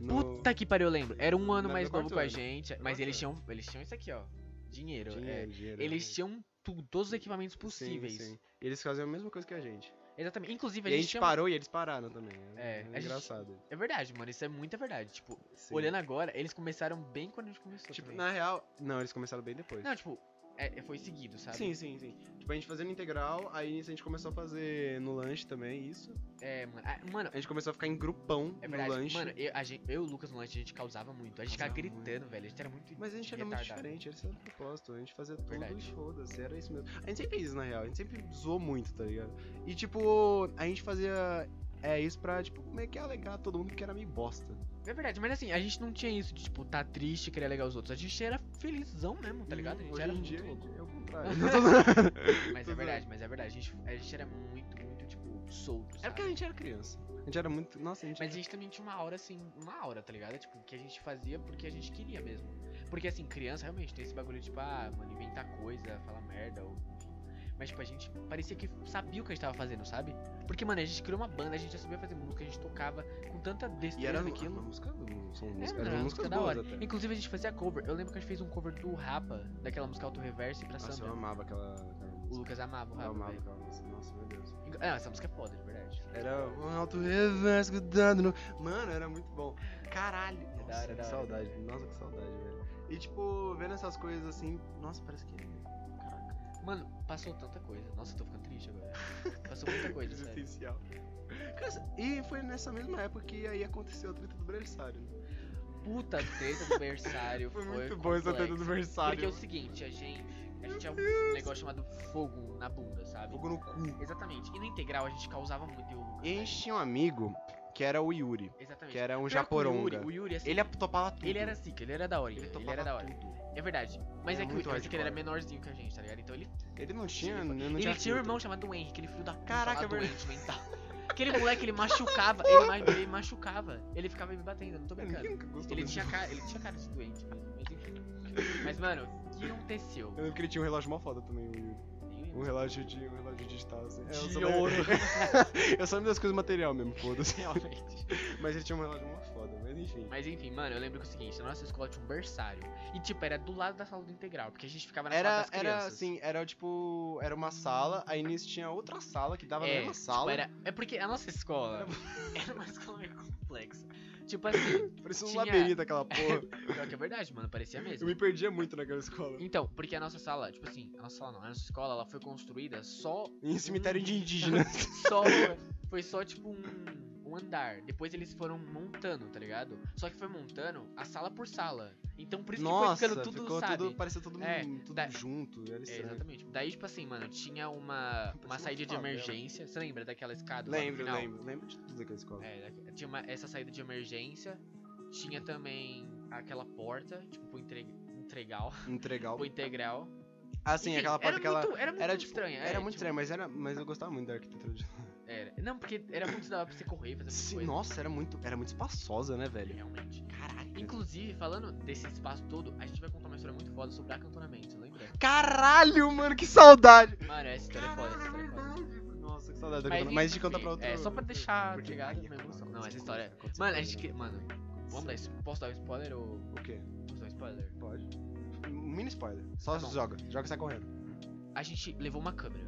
A: No-
B: Puta que pariu, eu lembro. Era um ano
A: Na-
B: mais
A: no
B: novo
A: quarto
B: com a
A: ano.
B: gente,
A: No
B: mas
A: quarto
B: eles
A: ano.
B: tinham, eles tinham isso aqui, ó. Dinheiro. é.
A: Dinheiro, dinheiro,
B: Eles
A: né?
B: tinham tudo, todos os equipamentos
A: Sim,
B: possíveis.
A: sim. E Eles faziam a mesma coisa que a gente.
B: Exatamente.
A: E a
B: Inclusive, a gente,
A: gente
B: tinha-
A: parou e eles pararam também.
B: É,
A: É,
B: a
A: é
B: gente-
A: engraçado.
B: É verdade, mano, isso é muita verdade. Tipo,
A: Sim.
B: olhando agora, eles começaram bem quando a gente começou.
A: Tipo,
B: também.
A: na real. Não, eles começaram bem depois.
B: Não, tipo, é- é- foi seguido, sabe?
A: Sim, sim, sim. Tipo, a gente fazendo integral, aí a gente começou a fazer no lanche também, isso.
B: É, mano. ah, mano,
A: A gente começou a ficar em grupão
B: é
A: no
B: verdade.
A: lanche.
B: Mano, eu, a gente, eu e o Lucas no lanche, a gente causava muito. A gente ficava
A: Causava
B: gritando, velho. A gente era muito.
A: Mas a gente era muito
B: retardado.
A: diferente, esse era o propósito. A gente fazia tudo e
B: Verdade.
A: foda-se, era isso mesmo. A gente sempre fez isso, na real, a gente sempre zoou muito, tá ligado? E tipo, a gente fazia é, isso pra, tipo, meio que alegar todo mundo que era meio bosta.
B: É verdade, mas assim, a gente não tinha isso de, tipo, tá triste e querer alegar os outros. A gente era felizão mesmo, tá ligado? A gente
A: Hoje
B: era
A: em
B: muito
A: dia,
B: louco.
A: É o contrário. Não tô zoando.
B: Mas é verdade, mas é verdade. A gente, a gente era muito, muito, tipo, solto.
A: É porque a
B: sabe?
A: gente era criança. A gente era muito. Nossa, a gente.
B: Mas a gente também tinha uma aura, assim, uma aura, tá ligado? Tipo, que a gente fazia porque a gente queria mesmo. Porque, assim, criança realmente tem esse bagulho, tipo, ah, mano, inventar coisa, falar merda, ou enfim. Mas, tipo, a gente parecia que sabia o que a gente tava fazendo, sabe? Porque, mano, a gente criou uma banda, a gente já sabia fazer música, a gente tocava com tanta
A: E
B: destreza
A: era
B: aquilo.
A: aquilo. Música, são músicas,
B: É, mano, era
A: eram
B: uma
A: músicas
B: música da
A: boas
B: hora.
A: até.
B: Inclusive a gente fazia cover. Eu lembro que a gente fez um cover do Rapa, daquela música Auto Reverse pra
A: Nossa, eu
B: Samba.
A: amava aquela. aquela
B: O
A: música.
B: Lucas amava o
A: Eu
B: Rapa.
A: amava
B: velho.
A: aquela música. Nossa, meu Deus.
B: Inc- Ah, essa música é foda, de verdade.
A: Era um alto reverso cuidando no. Mano, era muito bom. Caralho.
B: da
A: Nossa,
B: hora,
A: que
B: da hora.
A: saudade. Nossa, que saudade, velho. E tipo, vendo essas coisas assim. Nossa, parece que. Caraca.
B: Mano, passou tanta coisa. Nossa, eu tô ficando triste agora. Passou muita coisa, sério.
A: Existencial. Cara, E foi nessa mesma época que aí aconteceu a treta do berçário. Né?
B: Puta treta do berçário.
A: Foi
B: foi
A: muito bom essa treta do
B: complexo.
A: berçário.
B: Porque é o seguinte, a gente. A gente tinha um negócio chamado fogo na bunda, sabe?
A: Fogo no cu.
B: Exatamente. E no integral a gente causava muito. eu e o Lucas,
A: E a
B: velho.
A: gente tinha um amigo que era o Yuri,
B: Exatamente.
A: que era um
B: Pior que o Yuri-
A: japoronga.
B: O Yuri, assim,
A: Ele topava tudo.
B: ele era zica, ele era da hora.
A: Ele
B: Ele,
A: topava
B: era da hora.
A: tudo.
B: É verdade. Mas
A: Ele
B: é,
A: é
B: que o
A: muito
B: Yuri que ele era
A: hardcore.
B: menorzinho que a gente, tá ligado? Então ele.
A: Ele não tinha. não
B: ele
A: tinha
B: tinha um
A: filtro.
B: irmão chamado Henry, aquele filho da puta
A: Caraca,
B: lá,
A: é verdade.
B: doente mental. Aquele moleque, ele machucava, ele, ma- ele machucava. Ele ficava me batendo, eu não tô
A: Ele
B: brincando.
A: nunca gostou
B: Ele
A: muito.
B: tinha, cara, ele tinha cara de doente mesmo, mas enfim. Mas, mano, o que aconteceu?
A: Eu lembro que ele tinha um relógio mó foda também, o Yuri. Um relógio de, um relógio digital, assim. É, eu só lembro- eu só lembro das coisas material mesmo, foda-se.
B: Realmente.
A: Mas ele tinha um relógio mó foda, mas enfim.
B: Mas enfim, mano, eu lembro que é o seguinte, na nossa escola tinha um berçário. E tipo, era do lado da sala do integral, porque a gente ficava na sala
A: Era,
B: das crianças.
A: era assim, era tipo. Era uma sala, aí nisso tinha outra sala que dava na
B: é,
A: mesma
B: tipo,
A: sala.
B: era- é porque a nossa escola era uma escola meio complexa. Tipo assim,
A: Parecia um
B: tinha-
A: labirinto aquela porra.
B: pior que é verdade, mano, parecia mesmo.
A: eu me perdia muito naquela escola.
B: Então, porque a nossa sala, tipo assim, a nossa sala não, a nossa escola, ela foi construída só.
A: Em cemitério de indígenas.
B: Só. Foi só, tipo, um, um andar. Depois eles foram montando, tá ligado? Só que foi montando a sala por sala. Então, por isso que foi
A: Nossa,
B: ficando tudo,
A: ficou
B: sabe?
A: tudo. né? Parecia tudo,
B: É,
A: tudo
B: da-
A: junto. Era
B: É,
A: estranho.
B: exatamente. Daí, tipo assim, mano, tinha uma,
A: Parecia
B: uma
A: uma
B: saída de
A: favela.
B: emergência. Você lembra daquela escada? lá no
A: lembro,
B: final?
A: lembro. Lembro de tudo daquela escola.
B: É, daqui- tinha uma- essa saída de emergência. Tinha também aquela porta, tipo, pro entre, entregal.
A: Entregar o
B: Pro integral.
A: Assim,
B: Enfim,
A: aquela
B: era
A: parte que ela.
B: muito, Era muito
A: Era tipo.
B: estranha.
A: Era
B: é,
A: muito
B: tipo,
A: estranha, mas, era, mas eu gostava muito da arquitetura de.
B: Era. Não, porque era muito da hora pra você correr, fazer muita
A: Sim,
B: coisa.
A: Nossa, era muito, era muito espaçosa, né, velho?
B: Realmente.
A: Caralho.
B: Inclusive, falando desse espaço todo, a gente vai contar uma história muito foda sobre acantonamento, lembra?
A: Caralho, mano, que saudade!
B: Mano, essa história é foda, essa história é foda.
A: Nossa, que saudade.
B: Mas
A: Mas, mas a gente
B: enfim,
A: conta pra outro.
B: é, só pra deixar
A: Porque-
B: ligado
A: ai,
B: na evolução.
A: acontece
B: Não, essa
A: coisa,
B: história- é-
A: acontece
B: Mano, a
A: coisa.
B: gente que. Mano, vamos dar. es- Posso dar um spoiler ou.
A: O quê?
B: Posso dar spoiler?
A: Pode. Um mini spoiler. Só
B: Tá bom.
A: joga. Joga e sai correndo.
B: A gente levou uma câmera.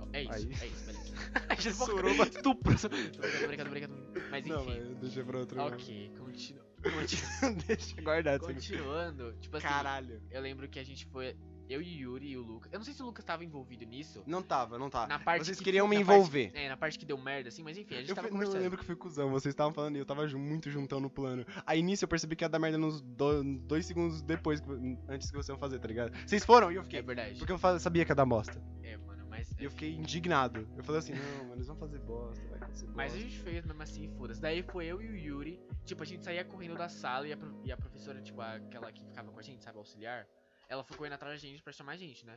B: Ó, É isso,
A: Aí.
B: é isso, beleza. a gente levou
A: Surou
B: uma câmera. Estupro. Tô brincando, tô brincando, tô brincando. Mas
A: Não,
B: enfim.
A: mas deixa pra outro.
B: Ok, continu... continu-
A: deixa guardado. isso aqui.
B: continuando. Tipo assim,
A: Caralho.
B: eu lembro que a gente foi. Eu e Yuri e o Lucas. Eu não sei se o Lucas tava envolvido nisso.
A: Não tava, não tava.
B: Na parte
A: Ah, Vocês
B: que-
A: queriam me
B: na parte-
A: envolver.
B: É, na parte que deu merda, assim, mas enfim, a gente
A: Eu
B: tava
A: fui- não, eu
B: conversando.
A: lembro que foi cuzão, vocês estavam falando e eu tava ju- muito juntando o plano. Aí início eu percebi que ia dar merda nos do- dois segundos depois, que- antes que vocês iam fazer, tá ligado? Vocês foram e eu
B: É
A: fiquei.
B: verdade.
A: Porque eu fa- sabia que ia dar bosta.
B: É, mano, mas.
A: E eu fiquei indignado. Eu falei assim, não, mano, eles vão fazer bosta, vai acontecer bosta.
B: Mas a gente fez mesmo assim, foda-se. Daí foi eu e o Yuri. Tipo, a gente saía correndo da sala e a, pro- e a professora, tipo, aquela que ficava com a gente, sabe, auxiliar, ela foi correndo atrás da gente pra chamar a gente, né?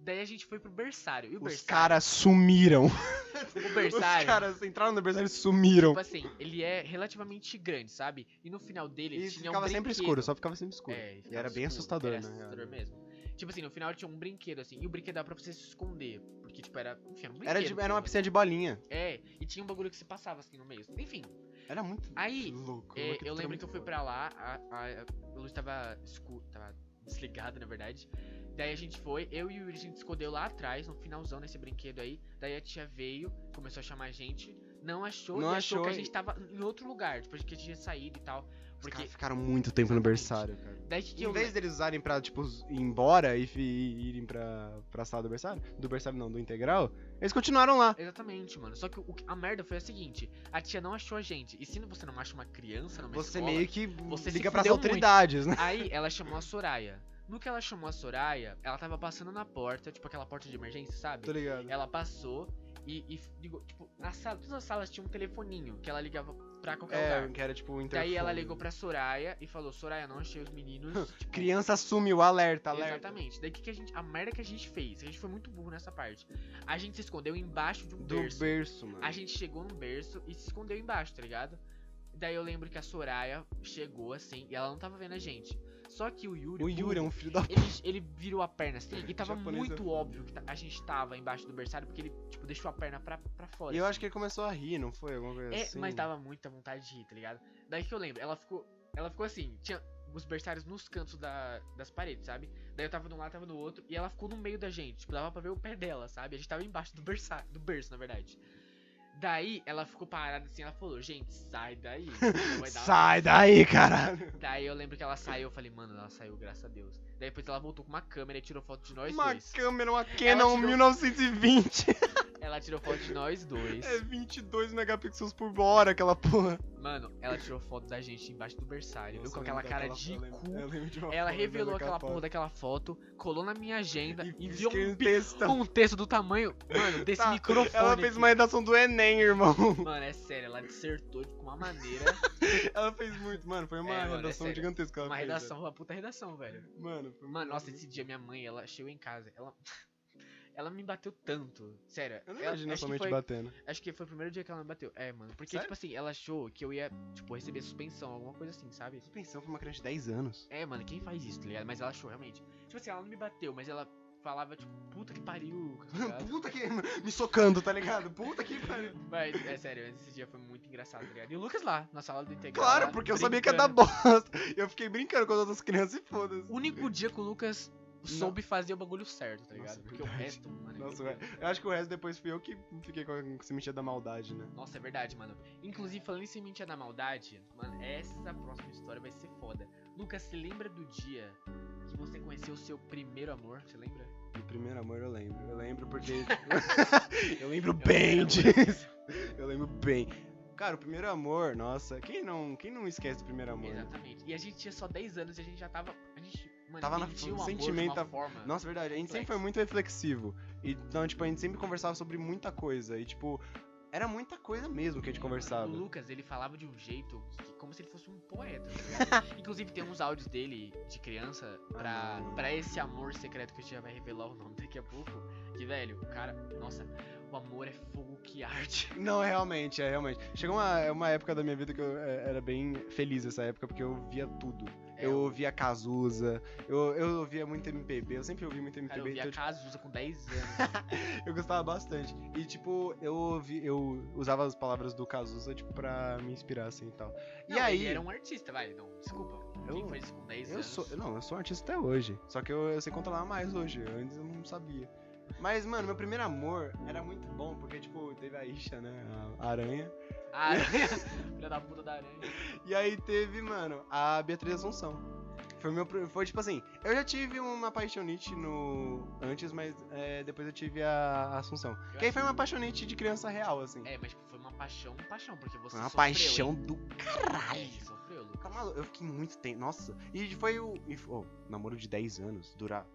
B: Daí a gente foi pro berçário. E o
A: Os
B: berçário.
A: caras sumiram.
B: O
A: Os
B: berçário.
A: caras entraram no berçário e sumiram.
B: Tipo assim, ele é relativamente grande, sabe? E no final dele
A: E
B: tinha um
A: ficava sempre
B: brinquedo.
A: escuro, só ficava sempre escuro.
B: É,
A: e
B: ficava
A: era bem
B: escuro,
A: assustador,
B: era
A: né?
B: assustador mesmo. Tipo assim, no final tinha um brinquedo, assim, e o brinquedo dava pra você se esconder. Porque, tipo, era. Enfim, era um brinquedo.
A: Era, de- era uma
B: pô.
A: piscina de bolinha.
B: É, e tinha um bagulho que se passava assim no meio. Enfim.
A: Era muito
B: Aí,
A: louco.
B: É,
A: uma arquitetura
B: eu lembro
A: muito
B: que eu fui
A: foda.
B: pra lá, a, a- a luz tava escura, tava desligada, na verdade. Daí a gente foi, eu e o Yuri, a gente se escondeu lá atrás, no finalzão desse brinquedo aí. Daí a tia veio, começou a chamar a gente, não achou,
A: Não
B: e achou, que
A: achou
B: a
A: e-
B: gente tava em outro lugar, depois que a gente tinha saído e tal.
A: Os
B: Porque
A: caras ficaram muito tempo no
B: Exatamente.
A: berçário, cara.
B: daí que, que
A: Em
B: eu...
A: vez deles usarem pra, tipo, s- ir embora e fi- e irem pra, pra sala do berçário, do berçário não, do integral, eles continuaram lá.
B: Exatamente, mano. Só que o- a merda foi a seguinte, a tia não achou a gente. E se você não acha uma criança numa
A: Você
B: escola,
A: meio que
B: você se
A: liga pras
B: fudeu
A: autoridades, né?
B: Aí ela chamou a Soraya. No que ela chamou a Soraya, ela tava passando na porta, tipo aquela porta de emergência, sabe?
A: Tô ligado.
B: Ela passou e, e ligou, tipo, na sala, todas as salas tinha um telefoninho que ela ligava pra qualquer
A: É,
B: lugar.
A: que era tipo um interfone.
B: Daí ela ligou pra Soraya e falou, Soraya, não achei os meninos. tipo,
A: Criança sumiu, alerta, alerta.
B: Exatamente. Daí que, que a gente. A merda que a gente fez, a gente foi muito burro nessa parte. A gente se escondeu embaixo de um
A: Do
B: berço.
A: berço, mano.
B: A gente chegou num berço e se escondeu embaixo, tá ligado? Daí eu lembro que a Soraya chegou assim e ela não tava vendo a gente. Só que o Yuri.
A: O Yuri é um filho da p.
B: Ele, ele virou a perna assim e tava
A: Japonês é
B: muito
A: foda.
B: óbvio que ta- a gente tava embaixo do berçário porque ele, tipo, deixou a perna pra, pra fora.
A: E eu
B: assim.
A: acho que ele começou a rir, não foi? Alguma coisa
B: É,
A: assim.
B: mas dava muita vontade de rir, tá ligado? Daí que eu lembro, ela ficou. Ela ficou assim, tinha os berçários nos cantos da, das paredes, sabe? Daí eu tava de um lado, tava do outro, e ela ficou no meio da gente. Tipo, dava pra ver o pé dela, sabe? A gente tava embaixo do berçário, do berço, na verdade. Daí ela ficou parada assim, ela falou, gente, sai daí. senão vai dar uma
A: Sai daí, caralho.
B: Daí eu lembro que ela saiu, eu falei, mano, ela saiu, graças a Deus. Daí depois ela voltou com uma câmera e tirou foto de nós
A: Uma
B: dois.
A: câmera, uma Canon
B: tirou-
A: 1920.
B: Ela tirou foto de nós dois.
A: É 22 megapixels por hora aquela porra.
B: Mano, ela tirou foto da gente embaixo do berçário, viu?
A: Nossa,
B: Com
A: eu
B: aquela
A: lembro
B: cara
A: daquela-
B: de
A: eu lembro-
B: cu.
A: eu lembro de uma foto
B: Ela
A: dela
B: revelou
A: com
B: aquela porra
A: foto.
B: daquela foto, colou na minha agenda,
A: E
B: enviou
A: escreveu
B: um,
A: um textão.
B: um texto do tamanho, mano, desse
A: Tá,
B: microfone.
A: Ela fez
B: aqui.
A: uma redação do Enem, irmão.
B: Mano, é sério, ela dissertou de com uma maneira,
A: Ela fez muito, mano. Foi uma
B: É, mano, é
A: redação
B: sério.
A: gigantesca. que Ela
B: uma
A: fez, né?
B: redação, uma puta redação, velho.
A: velho. Mano, foi
B: Mano,
A: muito
B: nossa,
A: bom.
B: esse dia minha mãe, ela chegou em casa, ela ela me bateu tanto, sério.
A: Eu não
B: ela-
A: imagino a
B: acho
A: sua
B: que
A: mente
B: foi-
A: batendo.
B: Acho que foi o primeiro dia que ela me bateu. É, mano, porque
A: Sério?
B: tipo assim, ela achou que eu ia, tipo, receber suspensão, alguma coisa assim, sabe?
A: Suspensão pra uma criança de 10 anos.
B: É, mano, quem faz isso, tá ligado? Mas ela achou, realmente. Tipo assim, ela não me bateu, mas ela falava, tipo, puta que pariu. tá ligado?
A: Puta que. Me socando, tá ligado? Puta que pariu.
B: mas, é sério, esse dia foi muito engraçado, tá ligado? E o Lucas lá, na sala do integral.
A: Claro,
B: lá,
A: porque eu sabia que ia dar
B: brincando.
A: bosta. Eu fiquei brincando com as outras crianças e foda-se.
B: O único dia que o Lucas soube fazer o bagulho certo, tá ligado?
A: Nossa, é
B: porque o
A: verdade.
B: resto, mano. é
A: Nossa,
B: meu Deus.
A: Eu acho que o resto depois fui eu que fiquei com a sementinha da maldade, né?
B: Nossa, é verdade, mano. Inclusive, falando em sementinha da maldade, mano, essa próxima história vai ser foda. Lucas, se lembra do dia que você conheceu o seu primeiro amor? Você lembra?
A: Do primeiro amor eu lembro. Eu lembro porque. tipo, eu lembro bem
B: Eu-
A: disso. Eu lembro bem. Cara, o primeiro amor, nossa, quem não, quem não esquece do primeiro amor? né?
B: Exatamente. E a gente tinha só 10 anos e a gente já tava. A gente, mano,
A: Tava na-
B: sentiu
A: no
B: o amor
A: sentimento,
B: de uma
A: tava-
B: forma.
A: Nossa, verdade, a gente sempre
B: Complexo.
A: foi muito reflexivo. Então, tipo, a gente sempre conversava sobre muita coisa. E, tipo, Era muita coisa mesmo que a gente
B: O
A: conversava.
B: Lucas, ele falava de um jeito que- como se ele fosse um poeta. tá ligado? Inclusive, tem uns áudios dele de criança pra, pra esse amor secreto que a gente já vai revelar o nome daqui a pouco. Que, velho, o cara. Nossa, o amor é fogo que arte.
A: Não, realmente, é realmente. Chegou uma, uma época da minha vida que eu é, era bem feliz essa época, porque eu via tudo.
B: É,
A: eu ouvia Cazuza, eu, eu ouvia muito MPB, eu sempre ouvi muito
B: Cara, eu
A: MPB,
B: vi
A: então
B: a Cazuza com 10 anos.
A: eu gostava bastante. E, tipo, eu, ouvi, eu usava as palavras do Cazuza, tipo, pra me inspirar, assim, e tal.
B: Não,
A: e aí...
B: Ele era um artista, vai. Não, desculpa. Quem
A: Eu-
B: foi isso com 10
A: Eu
B: anos?
A: sou, não, eu sou um artista até hoje. Só que eu, eu sei controlar mais hoje. Antes eu não sabia. Mas, mano, meu primeiro amor era muito bom, porque, tipo, teve a Isha, né? A aranha.
B: A aranha. Ah, Filha da puta da aranha.
A: E aí teve, mano, a Beatriz Assunção. Foi meu. pri- Foi tipo assim, eu já tive uma apaixonite no. antes, mas é, depois eu tive a Assunção.
B: Eu
A: Que aí
B: acho
A: foi uma apaixonite de criança real, assim.
B: É, mas foi uma paixão, um paixão, porque você
A: Foi uma
B: sofreu,
A: paixão
B: hein?
A: do
B: É,
A: caralho.
B: você sofreu, Lucas.
A: Tá maluco? Eu fiquei muito tempo. Nossa. E foi o. e f- oh, namoro de 10 anos. Durar.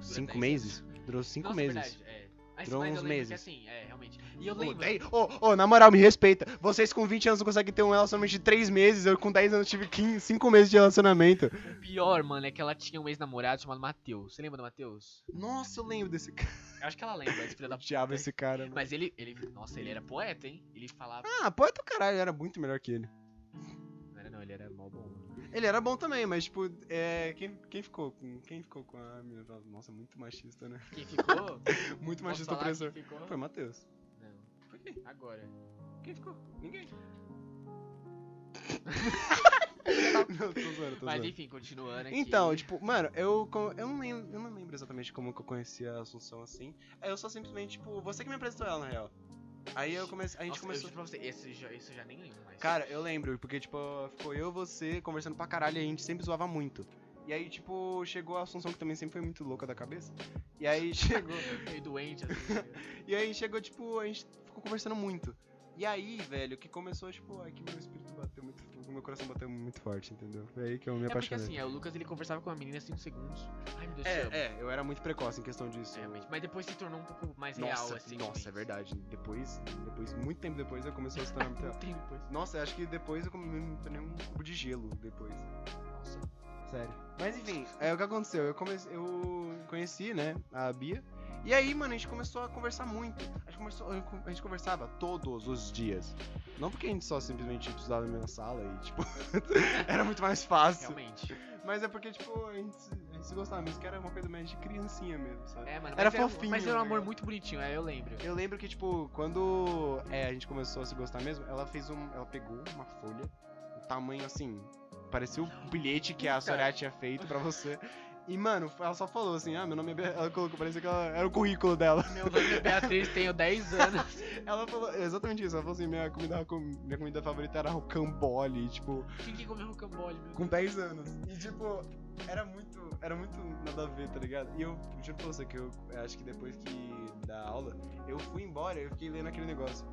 A: 5
B: 10
A: meses? Durou 5
B: Nossa,
A: meses.
B: verdade, é. Mas,
A: Durou
B: mas
A: uns
B: eu lembro
A: meses.
B: que assim, é, realmente. E eu
A: Ô,
B: lembro.
A: dez- Ô, ô, na moral, me respeita. Vocês com 20 anos não conseguem ter um relacionamento de 3 meses. Eu com 10 anos tive 15, 5 meses de relacionamento.
B: O pior, mano, é que ela tinha um ex-namorado chamado Matheus. Você lembra do Matheus?
A: Nossa, eu lembro desse cara. Tá
B: Eu acho que ela lembra, esse filho da
A: Diabo
B: puta.
A: esse cara, mano.
B: Mas ele, ele. Nossa, ele era poeta, hein? Ele falava.
A: Ah, poeta o caralho, era muito melhor que ele.
B: Não era não, ele era mó bom.
A: Ele era bom também, mas tipo, é, quem, quem ficou com quem ficou com a menina? Nossa, muito machista, né?
B: Quem ficou?
A: Muito
B: Posso
A: machista
B: falar quem
A: opressor.
B: ficou?
A: Foi Matheus.
B: Não.
A: Por quê?
B: Agora.
A: Quem ficou? Ninguém. não, tô zoando, tô
B: Mas
A: zoando.
B: enfim, né, continuando aqui.
A: Então, tipo, mano, eu, co- eu, não lembro, eu não lembro exatamente como que eu conheci a Assunção assim. Aí eu só simplesmente, tipo, você que me apresentou ela, na real. Aí eu comecei. A gente
B: Nossa,
A: começou.
B: Eu juro pra você, esse, já- esse eu já nem lembro mais.
A: Cara, eu lembro, porque, tipo, ficou eu e você conversando pra caralho e a gente sempre zoava muito. E aí, tipo, chegou a Assunção, que também sempre foi muito louca da cabeça. E aí chegou.
B: meio doente, assim. né?
A: e aí chegou, tipo, a gente ficou conversando muito. E aí, velho, que começou, tipo, aqui meu espírito bateu muito. Meu coração bateu muito forte, entendeu? Foi aí que eu me
B: É porque
A: apaixonei.
B: assim, é, o Lucas ele conversava com a menina 5 segundos. Ai meu Deus do céu.
A: é, é, eu era muito precoce em questão disso.
B: É, realmente. Mas depois se tornou um pouco mais real, assim.
A: nossa, é verdade. Depois, depois, muito tempo depois, eu comecei a se tornar muito real.
B: Tem depois.
A: Nossa, eu acho que depois eu comi- me tornei um cubo de gelo depois.
B: Nossa.
A: Sério. Mas enfim, é o que aconteceu. Eu, comecei, eu conheci, né, a Bia. E aí, mano, a gente começou a conversar muito. A gente, conversou, a gente conversava todos os dias. Não porque a gente só simplesmente estudava na mesma sala e, tipo, era muito mais fácil.
B: Realmente.
A: Mas é porque, tipo, a gente, se- a gente se gostava mesmo, que era uma coisa mais de criancinha mesmo, sabe?
B: É, mano,
A: Era
B: mas
A: fofinho,
B: mas era
A: tá
B: um amor
A: ligado?
B: muito bonitinho, é, eu lembro.
A: Eu lembro que, tipo, quando é, a gente começou a se gostar mesmo, ela fez um. Ela pegou uma folha, um tamanho assim. Parecia um bilhete que a
B: Puta.
A: Soraya tinha feito pra você. E, mano, ela só falou assim: ah, meu nome é. Be ela colocou, parecia que ela, era o currículo dela.
B: Meu nome é Beatriz, tenho 10 anos.
A: Ela falou exatamente isso. Ela falou assim: minha comida, com- minha comida favorita era rocambole, tipo,
B: Quem que comeu rocambole, meu?
A: com 10 anos. E, tipo, era muito. Era muito nada a ver, tá ligado? E eu juro pra você que eu eu acho que depois que da aula, eu fui embora eu fiquei lendo aquele negócio.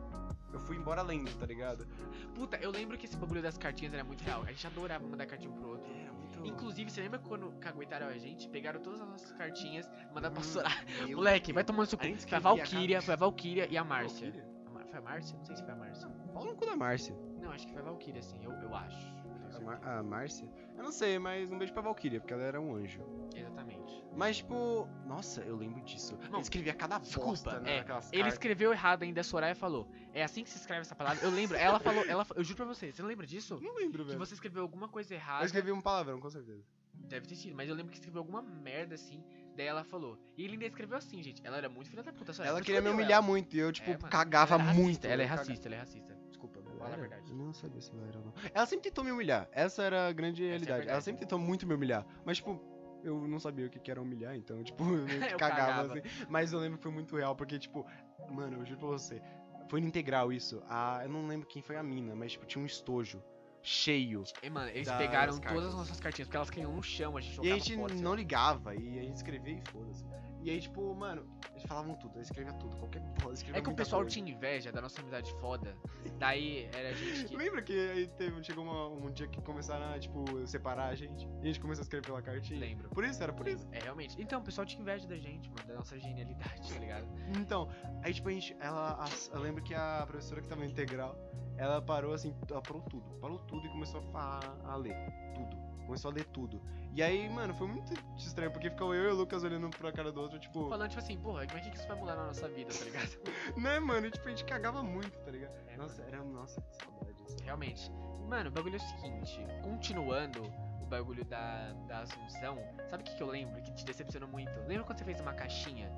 A: Eu fui embora lendo, tá ligado?
B: Puta, eu lembro que esse bagulho das cartinhas era muito real. A gente adorava mandar cartinha um pro outro.
A: Era muito.
B: Inclusive, você lembra quando caguetaram a gente? Pegaram todas as nossas cartinhas, mandaram pra
A: Hum,
B: Soraya.
A: Meu
B: Moleque, vai tomando suco.
A: A gente
B: Foi a
A: escrevia
B: Valkyria, foi a Valkyria e a Márcia.
A: Valkyria?
B: A Mar- Foi a Márcia? Não sei se foi a Márcia.
A: Pau no cu da Márcia.
B: Não, acho que foi a Valkyria, sim, eu, eu acho.
A: A, Mar- a Márcia? Eu não sei, mas um beijo pra Valkyria, porque ela era um anjo.
B: Exatamente.
A: Mas, tipo, nossa, eu lembro disso.
B: Não,
A: Ele escrevia cada
B: desculpa,
A: bosta,
B: é,
A: né? naquelas
B: Ele
A: cartas.
B: escreveu errado ainda, a Soraya falou. É assim que se escreve essa palavra? Eu lembro, ela falou, ela, fa- eu juro pra você, você não lembra disso?
A: Não lembro,
B: Que
A: velho.
B: você escreveu alguma coisa
A: Eu
B: errada.
A: escrevi um palavrão, com certeza.
B: Deve ter sido, mas eu lembro que escreveu alguma merda assim. Daí ela falou. E ele ainda escreveu assim, gente. Ela era muito filha da puta. Soraya,
A: Ela
B: por isso
A: queria
B: que
A: me
B: eu odeio
A: humilhar
B: É, ela.
A: muito e eu, tipo,
B: É, mano,
A: cagava
B: ela é racista,
A: muito.
B: Ela é
A: eu caga-
B: racista, ela é racista. Desculpa, vou falar a
A: Era?
B: verdade.
A: Eu não sabia se ela era ou não. Ela sempre tentou me humilhar. Essa era a grande realidade. ela
B: é verdade.
A: sempre tentou muito me humilhar. Mas, tipo, eu não sabia o que que era humilhar, então, tipo, eu meio que
B: Eu
A: cagava,
B: cagava.
A: assim. Mas eu lembro que foi muito real, porque, tipo, mano, eu juro pra você. Foi no integral isso. A, eu não lembro quem foi a mina, mas, tipo, tinha um estojo cheio.
B: E, mano, eles
A: Das
B: pegaram
A: cartas.
B: todas as nossas cartinhas, porque elas caíam no chão, a gente
A: E a
B: jogava assim.
A: gente
B: fora, sei lá.
A: não ligava, e a gente escrevia e foda-se. E aí, tipo, mano, eles falavam tudo, eles escreviam tudo, qualquer porra, eles escreviam
B: É que o
A: muita
B: pessoal
A: coisa.
B: tinha inveja da nossa amizade foda. Daí era gente que.
A: Lembra que aí teve, chegou uma- um dia que começaram a, tipo, separar a gente? E a gente começou a escrever pela cartinha?
B: Lembro.
A: Por isso, era por isso.
B: É, realmente. Então, o pessoal tinha inveja da gente, mano, da nossa genialidade, tá ligado?
A: Então, aí tipo a gente, ela, a- eu lembro que a professora que tava no integral, ela parou assim, ela parou tudo, parou tudo e começou a, fa- a ler tudo, começou a ler tudo. E aí, mano, foi muito estranho porque ficou eu e o Lucas olhando um pra cara do outro, tipo,
B: Falando, tipo assim, porra, como é que isso vai mudar na nossa vida, tá ligado?
A: né, mano, e, tipo a gente cagava muito, tá ligado?
B: É,
A: Nossa, era, nossa, que saudade. assim. isso.
B: Realmente. Mano, o bagulho é o seguinte, continuando o bagulho da, da Assunção, sabe o que, que eu lembro que te decepcionou muito? Lembra quando você fez uma caixinha?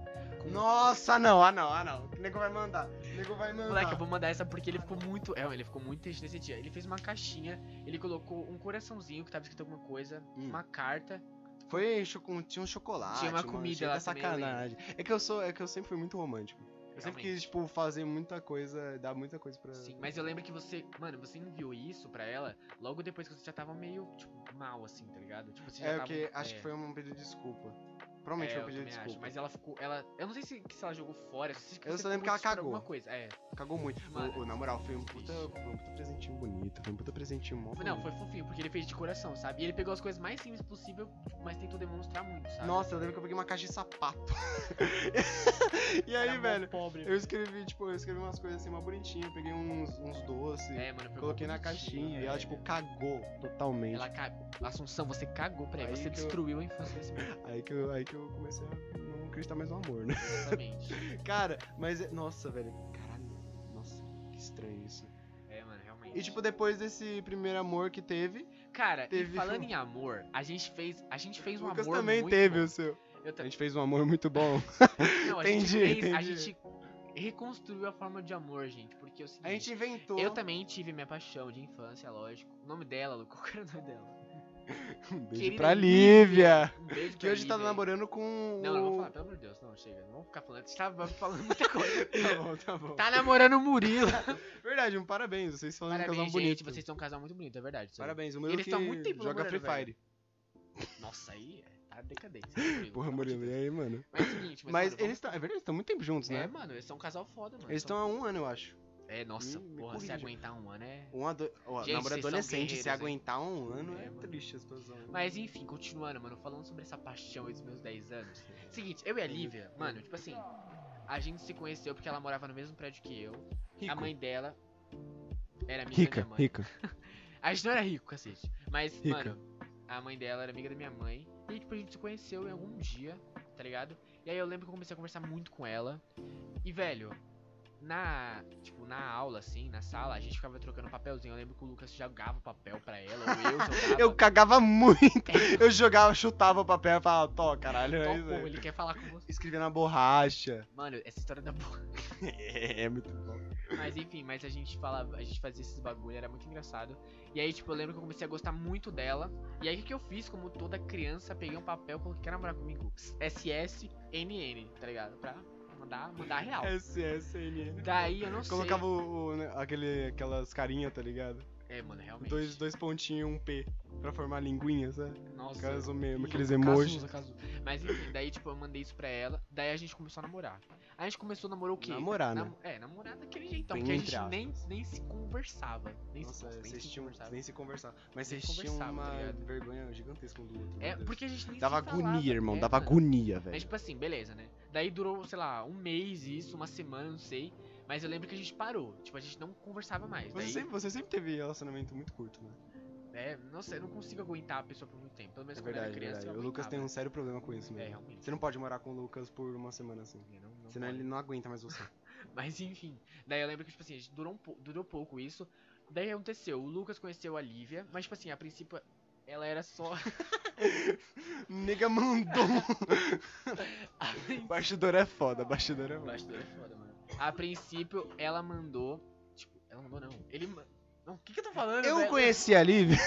B: Com...
A: Nossa, não, ah não, ah não. O nego vai mandar. O nego vai mandar.
B: Moleque, eu vou mandar essa porque ele ficou muito. É, ele ficou muito triste nesse dia. Ele fez uma caixinha, ele colocou um coraçãozinho que tava escrito alguma coisa,
A: Hum.
B: uma carta.
A: Foi cho- com- tinha um chocolate.
B: Tinha uma
A: mano,
B: comida
A: cheio
B: lá
A: da
B: também, eu lembro.
A: sacanagem. É que eu sou, é que eu sempre fui muito romântico. Eu sempre
B: Realmente.
A: quis, tipo, fazer muita coisa, dar muita coisa pra.
B: Sim, mas eu lembro que você, mano, você enviou isso pra ela logo depois que você já tava meio, tipo, mal, assim, tá ligado? Tipo, você já
A: É,
B: tava.
A: porque acho
B: é.
A: que foi um pedido de desculpa. Provavelmente
B: É,
A: foi
B: eu
A: um pedido de
B: também acho,
A: desculpa.
B: mas ela ficou. Ela, eu não sei se, se ela jogou fora. Se
A: Eu
B: você
A: só lembro
B: ficou
A: que ela
B: muito por
A: cagou.
B: Alguma coisa. É.
A: Cagou muito.
B: Mano,
A: Ô, ô, na moral, foi um, puta,
B: triste.
A: foi um puta presentinho bonito. Foi um puta presentinho mó
B: Não,
A: bonito.
B: foi fofinho, porque ele fez de coração, sabe? E ele pegou as coisas mais simples possível, mas tentou demonstrar muito, sabe?
A: Nossa, eu lembro que eu peguei uma caixa de sapato. e aí,
B: Era mó
A: velho,
B: Pobre.
A: eu escrevi, tipo, eu escrevi umas coisas assim, uma bonitinha. Eu Peguei uns, uns doces.
B: É, mano, foi mó
A: Coloquei na
B: bonitinho, né?
A: caixinha e ela,
B: velho.
A: tipo, cagou totalmente.
B: Ela cagou. Assunção, você cagou pra ela.
A: Aí
B: Você
A: que eu-
B: destruiu a infância desse menino.
A: Aí, que eu, aí que eu comecei a não acreditar mais no amor, né?
B: Exatamente.
A: Cara, mas. é- Nossa, velho. Caralho. Nossa, que estranho isso.
B: É, mano, realmente.
A: E, tipo, depois desse primeiro amor que teve,
B: cara, e
A: teve
B: falando
A: um-
B: em amor, a gente fez, a gente fez um
A: o Lucas
B: amor
A: também
B: muito
A: teve
B: bom. Tá.
A: o seu.
B: Eu
A: A
B: também.
A: gente fez um amor muito bom.
B: Não, a
A: Entendi,
B: gente fez, a
A: entendi.
B: gente reconstruiu a forma de amor, gente, porque é o seguinte,
A: A gente inventou.
B: eu também tive minha paixão de infância, lógico. O nome dela, Lu, qual era o nome dela?
A: Um beijo
B: Querida
A: pra Lívia.
B: Um beijo
A: Que
B: pra
A: hoje tá
B: Lívia.
A: namorando com.
B: Não, não vou
A: o-
B: falar, pelo amor de Deus, não, chega, não vou ficar falando, você tava falando muita coisa.
A: Tá bom, tá bom.
B: tá namorando o Murilo.
A: Verdade, um parabéns. Vocês são um casal
B: Parabéns,
A: bonito.
B: gente, vocês são um casal muito bonito, é verdade. isso aí.
A: Parabéns, o
B: E
A: Murilo
B: eles
A: que
B: tão há muito tempo
A: joga Free
B: namorando, velho.
A: Fire.
B: Nossa, aí é- tá decadente.
A: Porra,
B: Murilo, pelo amor de
A: Murilo, e aí, mano?
B: Deus. Mas é o seguinte, mas,
A: Mas
B: mano, vamos-
A: eles estão. É verdade, estão muito tempo juntos,
B: É,
A: né?
B: mano, eles são um casal foda, mano.
A: Eles estão
B: São-
A: há um ano, eu acho.
B: É, nossa,
A: Me- me
B: porra, se
A: corrija.
B: aguentar um ano é.
A: Um ado... ó,
B: Gente,
A: namoro
B: vocês são
A: adolescente,
B: guerreiros,
A: se
B: hein?
A: aguentar um ano
B: É,
A: é,
B: mano.
A: triste a situação. né?
B: Mas enfim, continuando, mano, falando sobre essa paixão aí dos meus 10 anos. Seguinte, eu e a Lívia, mano, tipo assim, a gente se conheceu porque ela morava no mesmo prédio que eu. A
A: Rico.
B: mãe dela era amiga da
A: Rica,
B: minha mãe.
A: rica.
B: A gente não era rico, cacete. Mas,
A: Rica.
B: mano, a mãe dela era amiga da minha mãe. E, tipo, a gente se conheceu em algum dia, tá ligado? E aí eu lembro que eu comecei a conversar muito com ela. E, velho, na. Tipo, na aula, assim, na sala, a gente ficava trocando papelzinho. Eu lembro que o Lucas jogava papel pra ela, ou eu jogava.
A: Eu cagava muito. Eu jogava, chutava o papel e falava, tô, caralho, é isso
B: Tocou,
A: aí.
B: ele quer falar com você.
A: Escrevia na borracha.
B: Mano, essa história da porra.
A: É, é muito bom.
B: Mas enfim, mas a gente falava, a gente fazia esses bagulho, era muito engraçado. E aí, tipo, eu lembro que eu comecei a gostar muito dela. E aí o que que eu fiz, como toda criança, peguei um papel e coloquei quer namorar comigo. SSNN, tá ligado? Pra mandar, mandar real.
A: É SSNN.
B: Daí eu não
A: né? Colocava o, o- né, aquele, aquelas carinhas, tá ligado?
B: sei. É, mano, realmente.
A: Dois, dois pontinhos e um P. Pra formar linguinha, sabe?
B: Nossa.
A: Aquelas, mesmo,
B: Ih,
A: um aqueles
B: Cazuza,
A: emojis.
B: Cazuza. Mas enfim, daí tipo, eu mandei isso pra ela, daí a gente começou a namorar. A gente começou a namorar o quê?
A: Namorar, né?
B: Nam- É, namorar daquele jeitão,
A: Bem
B: porque a
A: entre
B: gente
A: aspas.
B: nem, nem se conversava. Nem
A: Nossa,
B: se, nem
A: vocês
B: se
A: tinham
B: conversava.
A: nem se conversar. Mas
B: Nem
A: vocês tinham
B: conversavam, tá
A: uma
B: ligado?
A: vergonha gigantesca um do outro. meu
B: É,
A: Deus.
B: porque a gente nem
A: Dava
B: se falava,
A: agonia, irmão.
B: é,
A: Dava
B: mano.
A: agonia,
B: Mas
A: velho.
B: tipo assim, beleza, né? Daí durou, sei lá, um mês isso, uma semana, não sei. Mas eu lembro que a gente parou. Tipo, a gente não conversava mais.
A: Você
B: Daí,
A: sempre, você sempre teve relacionamento muito curto, né?
B: é, não sei, eu não consigo aguentar a pessoa por muito tempo. Pelo menos
A: É
B: quando eu era
A: verdade,
B: criança.
A: verdade.
B: eu
A: O Lucas tem um
B: aguentava.
A: sério problema com isso
B: É,
A: mesmo.
B: realmente.
A: Você não pode morar com o Lucas por uma semana assim.
B: Não, não
A: Senão
B: pode.
A: ele não aguenta mais você.
B: Mas enfim. Daí eu lembro que, tipo assim, a gente durou, um pou- durou pouco isso. Daí aconteceu, o Lucas conheceu a Lívia, mas tipo assim, a princípio ela era só.
A: Nega mandou.
B: a prin-
A: Bastidor é foda, bastidor é foda.
B: Bastidor é foda, mano. A princípio, ela mandou. Tipo, ela mandou não. Ele. ma- Não, o que, que eu tô falando?
A: Eu
B: velho?
A: conheci a Lívia.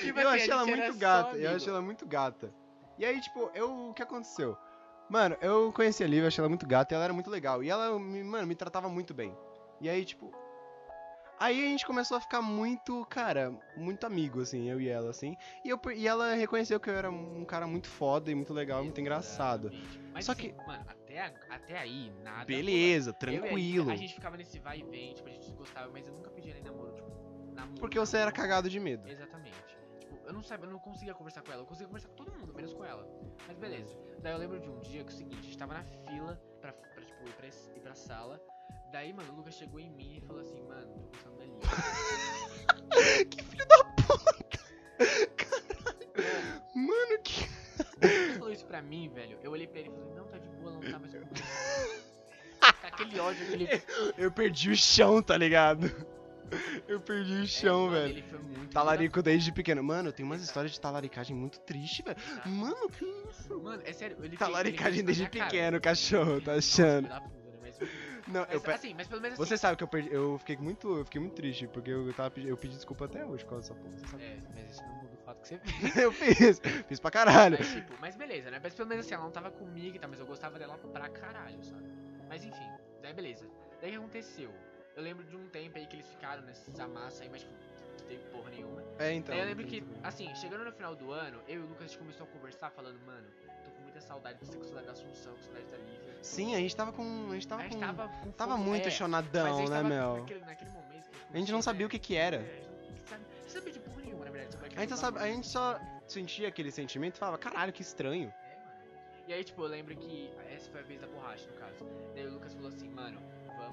B: Tipo
A: eu
B: assim,
A: achei
B: a
A: ela
B: gente era
A: muito
B: só
A: gata.
B: amigo.
A: Eu achei ela muito gata. E aí, tipo, eu. O que aconteceu? Mano, eu conheci a Lívia, achei ela muito gata e ela era muito legal. E ela, me- mano, me tratava muito bem. E aí, tipo. Aí a gente começou a ficar muito, cara, muito amigo, assim, eu e ela, assim. E, eu, per- e ela reconheceu que eu era um cara muito foda e muito legal, muito engraçado.
B: Exatamente. Mas,
A: Só
B: Só que. Mano, até, a- até aí, nada.
A: Beleza,
B: Eu e a Erika,
A: tranquilo.
B: A gente ficava nesse vai e vem, tipo, a gente se gostava, mas eu nunca pedi nem namoro, tipo, namoro.
A: Porque você era
B: namoro.
A: cagado de medo.
B: Exatamente. Tipo, eu não sabia, eu não conseguia conversar com ela. Eu conseguia conversar com todo mundo, menos com ela. Mas beleza. Daí eu lembro de um dia que é o seguinte, a gente tava na fila pra, pra tipo, ir pra, ir pra sala. Daí, mano, o Lucas chegou em mim e falou assim, mano, tô gostando da Lia.
A: que filho da
B: Mano,
A: Mano, que.
B: ele falou isso pra mim, velho. Eu olhei pra ele e falei, não, tá de boa, não tá mais comigo. Tá Aquele ódio, aquele.
A: Eu perdi o chão, tá ligado? Eu perdi o chão,
B: É, mano,
A: velho. Tá
B: Ele foi muito.
A: Talarico desde pequeno. Mano, tem umas histórias de talaricagem muito triste, velho.
B: engraçado.
A: Mano, que isso?
B: Mano, é sério, ele
A: Talaricagem
B: ele fez
A: desde
B: isso na minha cara.
A: pequeno, cachorro, tá
B: Nossa, filho
A: achando?
B: da puta, né? Mas,
A: Não, eu
B: mas,
A: pe...
B: assim, mas pelo menos assim.
A: Você sabe que eu perdi. Eu fiquei muito. Eu fiquei muito triste, porque eu tava pedi- eu pedi desculpa até hoje por causa dessa porra. Você sabe?
B: É, mas isso não muda o fato que você
A: Eu fiz. Fiz pra caralho.
B: Mas, tipo, mas beleza, né? Mas pelo menos assim, ela não tava comigo e tal, mas eu gostava dela pra caralho, sabe? Mas enfim, daí beleza. Daí o que aconteceu? Eu lembro de um tempo aí que eles ficaram nesses amassos aí, mas tipo, não teve porra nenhuma.
A: É, então.
B: daí eu
A: não
B: lembro
A: tem
B: que,
A: muito bem.
B: assim, chegando no final do ano, eu e o Lucas a gente começou a conversar falando, mano, tô com muita saudade, tô com saudade da Assunção, com saudade da Lívia.
A: Sim, a gente tava com. A gente tava
B: a
A: com.
B: gente tava com
A: Tava
B: fome-
A: muito
B: é, mas a
A: chonadão,
B: gente
A: né,
B: tava
A: Mel?
B: Naquele, naquele momento.
A: A gente não sabia o que que era.
B: É, a gente não sabe- não sabia de porra nenhuma, na verdade. sobre
A: A gente, só
B: aquele
A: sabe- a
B: bagulho.
A: gente só sentia aquele sentimento e falava, caralho, que estranho.
B: É, mano. E aí, tipo, eu lembro que essa foi a vez da borracha, no caso. Daí o Lucas falou assim, mano, vamos.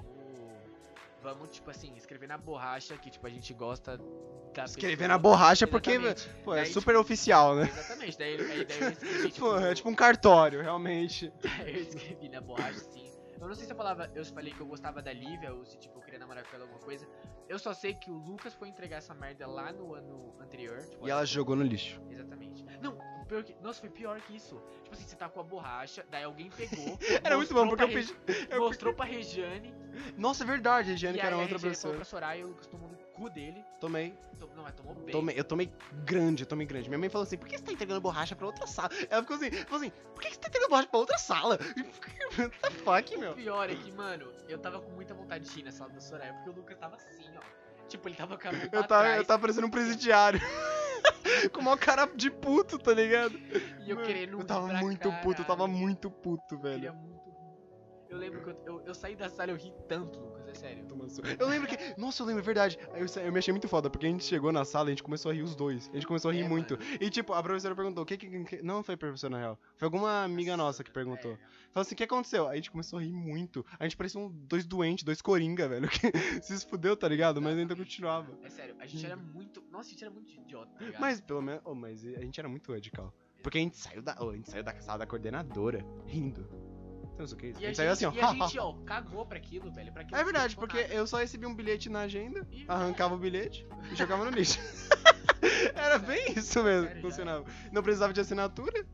B: Vamos, tipo assim, escrever na borracha que, tipo, a gente gosta da
A: Escrever
B: pessoa.
A: na borracha porque,
B: Exatamente. tipo,
A: pô, é
B: Daí,
A: super oficial, né?
B: Exatamente. Daí, ele- aí, daí eu escrevi, tipo,
A: Pô, é tipo um cartório, realmente.
B: eu escrevi na borracha, sim. Eu não sei se eu falava, eu falei que eu gostava da Lívia ou se, tipo, eu queria namorar com ela alguma coisa. Eu só sei que o Lucas foi entregar essa merda lá no ano anterior. tipo,
A: E ela
B: ano-
A: jogou no lixo.
B: Exatamente. Não, pior que. Nossa, foi pior que isso. Tipo assim, você tá com a borracha, daí alguém pegou.
A: Era muito bom,
B: mostrou
A: porque eu
B: pra
A: pedi. eu
B: mostrou pra Regiane.
A: Nossa, é verdade, Regiane,
B: e
A: que era
B: aí a
A: outra
B: Regiane falou
A: professora.
B: pra Soraya, o Lucas tomou no cu dele.
A: Tomei.
B: Tom- não, mas tomou bem.
A: Tomei, eu tomei grande, eu tomei grande. Minha mãe falou assim, por que você tá entregando borracha pra outra sala? Ela ficou assim, falou assim, por que você tá entregando borracha pra outra sala? What the fuck,
B: O
A: meu?
B: pior é que, mano, eu tava com muita vontade de ir na sala da Soraya, porque o Lucas tava assim, ó. Tipo, ele tava com a mão pra
A: Eu tava, eu
B: trás,
A: tava parecendo um presidiário. Com o maior cara de puto, tá ligado?
B: e eu
A: Mano,
B: querendo
A: Eu
B: ir
A: tava
B: pra
A: muito puto, eu tava
B: caralho.
A: muito puto,
B: Eu
A: velho.
B: queria muito Eu lembro que eu, eu, eu saí da sala e eu ri tanto, Lucas, é sério.
A: Toma sua- Eu lembro que. Nossa, eu lembro, é verdade. Aí Eu, sa- eu me achei muito foda, porque a gente chegou na sala e a gente começou a rir os dois. A gente começou a rir
B: É,
A: muito.
B: mano.
A: E tipo, a professora perguntou: o que, que- que- Não foi a professora, na real. Foi alguma amiga nossa que perguntou.
B: É,
A: Falou assim: o que aconteceu? Aí a gente começou a rir muito. A gente parecia um, dois doentes, dois coringa, velho. Que se esfudeu, tá ligado? Mas ainda continuava.
B: É sério, a gente era
A: Hum.
B: muito. Nossa, a gente era muito idiota, tá ligado?
A: Mas pelo menos. Oh, mas a gente era muito radical. Porque a gente saiu da. oh, a gente saiu da sala da coordenadora, rindo. Então, isso que é isso.
B: E
A: a
B: a
A: gente saiu
B: gente,
A: assim, ó.
B: e a gente, tipo, ó, cagou pra aquilo, velho. Pra aquilo
A: É verdade,
B: não ficou
A: porque eu só recebi um bilhete na agenda,
B: nada. E-
A: arrancava o bilhete e jogava no lixo. Era bem isso mesmo que
B: Sério, já
A: funcionava. Não precisava de assinatura.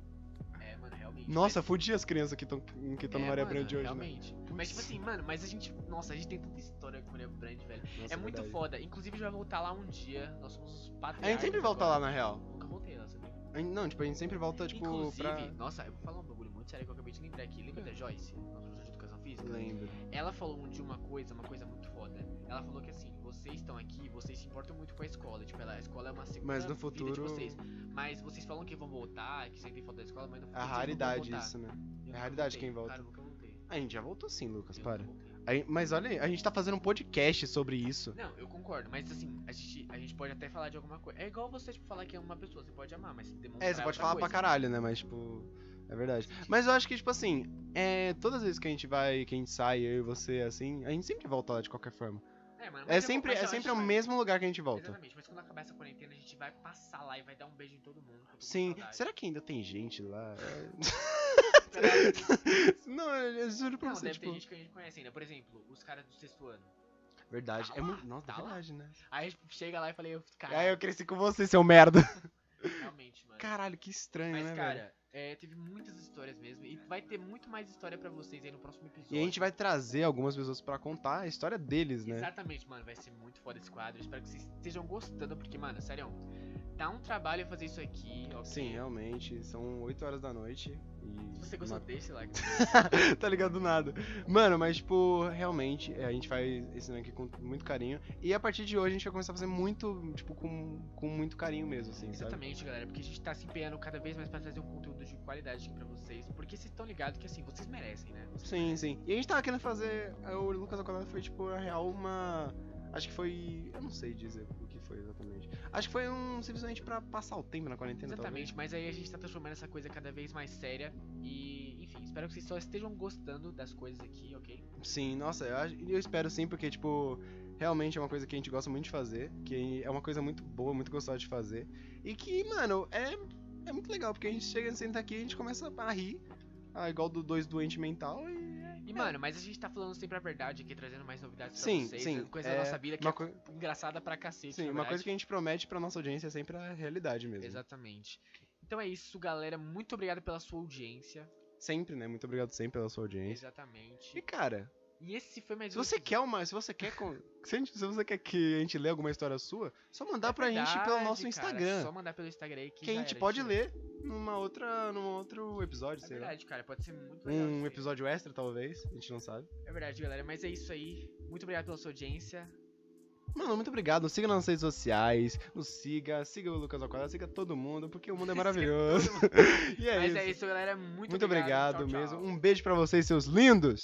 B: É, mano, realmente.
A: Nossa, fudi as crianças que estão que tão
B: É,
A: no Maria
B: mano,
A: Brand hoje, né?
B: Realmente. Mas tipo assim, mano, mas a gente. Nossa, a gente tem tanta história com Maria Brand, velho.
A: Nossa,
B: é muito
A: verdade.
B: foda. É Inclusive a gente vai voltar lá um dia. Nós somos os patriarcas.
A: A gente sempre volta lá,
B: agora.
A: na real.
B: Nunca voltei lá, sabia?
A: A gente- Não, tipo, a gente sempre volta, tipo,
B: Inclusive,
A: pra...
B: nossa, eu vou falar um bagulho muito sério que eu acabei de lembrar aqui. Lembra da Joyce, nossa professora de educação física?
A: Lembro.
B: Ela falou um dia uma coisa, uma coisa muito foda. Ela falou que assim, vocês estão aqui, vocês se importam muito com a escola. Tipo, ela, a escola é uma segunda
A: Mas no
B: vida de
A: futuro-
B: vocês. Mas vocês falam que vão voltar, que sentem falta da escola, mas no
A: É a
B: futuro vocês não vão
A: raridade
B: voltar.
A: isso, né?
B: Eu nunca
A: raridade
B: voltei,
A: quem volta.
B: Cara, eu nunca voltei. Eu
A: A gente já voltou sim, Lucas,
B: nunca
A: para.
B: voltei.
A: A gente- Mas olha aí, a gente tá fazendo um podcast sobre isso.
B: Não, eu concordo, mas assim, a gente, a gente pode até falar de alguma coisa. É igual você, tipo, falar que ama uma pessoa, você pode amar, mas demonstrar
A: É, você pode
B: outra
A: falar
B: coisa.
A: pra caralho, né? Mas, tipo, é verdade. Mas eu acho que, tipo assim, é, todas as vezes que a gente vai, que a gente sai, eu e você, assim, a gente sempre volta lá de qualquer forma.
B: É, mano, mas
A: É
B: eu-
A: sempre,
B: mas
A: é
B: eu
A: sempre
B: acho
A: o
B: mais-
A: mesmo lugar que a gente volta.
B: Exatamente, mas quando acabar essa quarentena, a gente vai passar lá e vai dar um beijo em todo mundo. que eu tô com
A: Sim,
B: saudade.
A: será que ainda tem gente lá?
B: Será que-
A: Não, eu eu juro pra
B: Não,
A: você,
B: deve ter
A: tipo.
B: gente que a gente conhece ainda. Por exemplo, os caras do sexto ano.
A: Verdade, é
B: Tá lá,
A: muito. Nossa,
B: tá lá.
A: verdade, né?
B: Aí a gente chega lá e fala, eu, cara,
A: Aí eu cresci com você, seu merda.
B: realmente, mano.
A: Caralho, que estranho,
B: mas,
A: né, velho?
B: cara, é, teve muitas histórias mesmo. E vai ter muito mais história pra vocês aí no próximo episódio.
A: E a gente vai trazer algumas pessoas pra contar a história deles, né?
B: Exatamente, mano. Vai ser muito foda esse quadro. Espero que vocês estejam gostando, porque, mano, sério, dá um trabalho fazer isso aqui. ok?
A: é Sim, realmente. São 8 horas da noite. E E
B: Se você gostou, deixa lá.
A: tá ligado do nada. Mano, mas tipo, realmente, é, a gente faz esse aqui com muito carinho. E a partir de hoje a gente vai começar a fazer muito, tipo, com, com muito carinho mesmo, assim, sabe?
B: Exatamente, galera, porque a gente tá se empenhando cada vez mais pra trazer um conteúdo de qualidade aqui pra vocês. Porque vocês estão ligados que assim, vocês merecem, né? Vocês
A: Sim, sim. E a gente tava querendo fazer. O Lucas Alconado foi, tipo, na real, uma. Acho que foi. Eu não sei dizer o que foi exatamente. Acho que foi um simplesmente pra passar o tempo na quarentena,
B: Exatamente, mas aí a gente tá transformando essa coisa cada vez mais séria e, enfim, espero que vocês só estejam gostando das coisas aqui, ok?
A: talvez. Sim, nossa, eu, acho- eu espero sim, porque, tipo, realmente é uma coisa que a gente gosta muito de fazer. Que é uma coisa muito boa, muito gostosa de fazer. E que, mano, é, é muito legal, porque a gente chega, senta aqui, a gente começa a rir. ah, igual do dois doente mental e.
B: E, mano, mas a gente tá falando sempre a verdade aqui, trazendo mais novidades pra
A: É. Sim,
B: vocês,
A: sim,
B: trazendo coisa
A: é
B: da nossa vida que
A: uma
B: é
A: coi-
B: engraçada pra cacete,
A: Sim,
B: na
A: uma coisa
B: verdade.
A: que a gente promete pra nossa audiência é sempre a realidade mesmo.
B: Exatamente. Então é isso, galera, muito obrigado pela sua audiência,
A: Sempre, né? Muito obrigado sempre pela sua audiência. E
B: exatamente.
A: cara,
B: E esse foi mais
A: se
B: um
A: você
B: episódio-
A: quer uma, se você quer, con- se, a gente- se você quer que a gente lê alguma história sua, só mandar
B: É
A: pra gente pelo nosso
B: verdade, cara,
A: Instagram,
B: Só mandar pelo Instagram aí que,
A: que a
B: já
A: gente
B: era,
A: pode
B: já-
A: ler numa outra, num outro episódio,
B: É
A: sei lá.
B: verdade, é cara, pode ser muito legal. isso
A: Um
B: aí.
A: episódio extra talvez, a gente não sabe.
B: É verdade, galera, mas é isso aí. Muito obrigado pela sua audiência.
A: Mano, muito obrigado. Nos siga nas redes sociais, nos siga, siga o Lucas Alquadrado, siga todo mundo, porque o mundo é maravilhoso. e é
B: mas
A: isso.
B: é isso, galera, muito,
A: Muito obrigado,
B: Tchau, tchau.
A: mesmo. Um beijo pra vocês, seus lindos.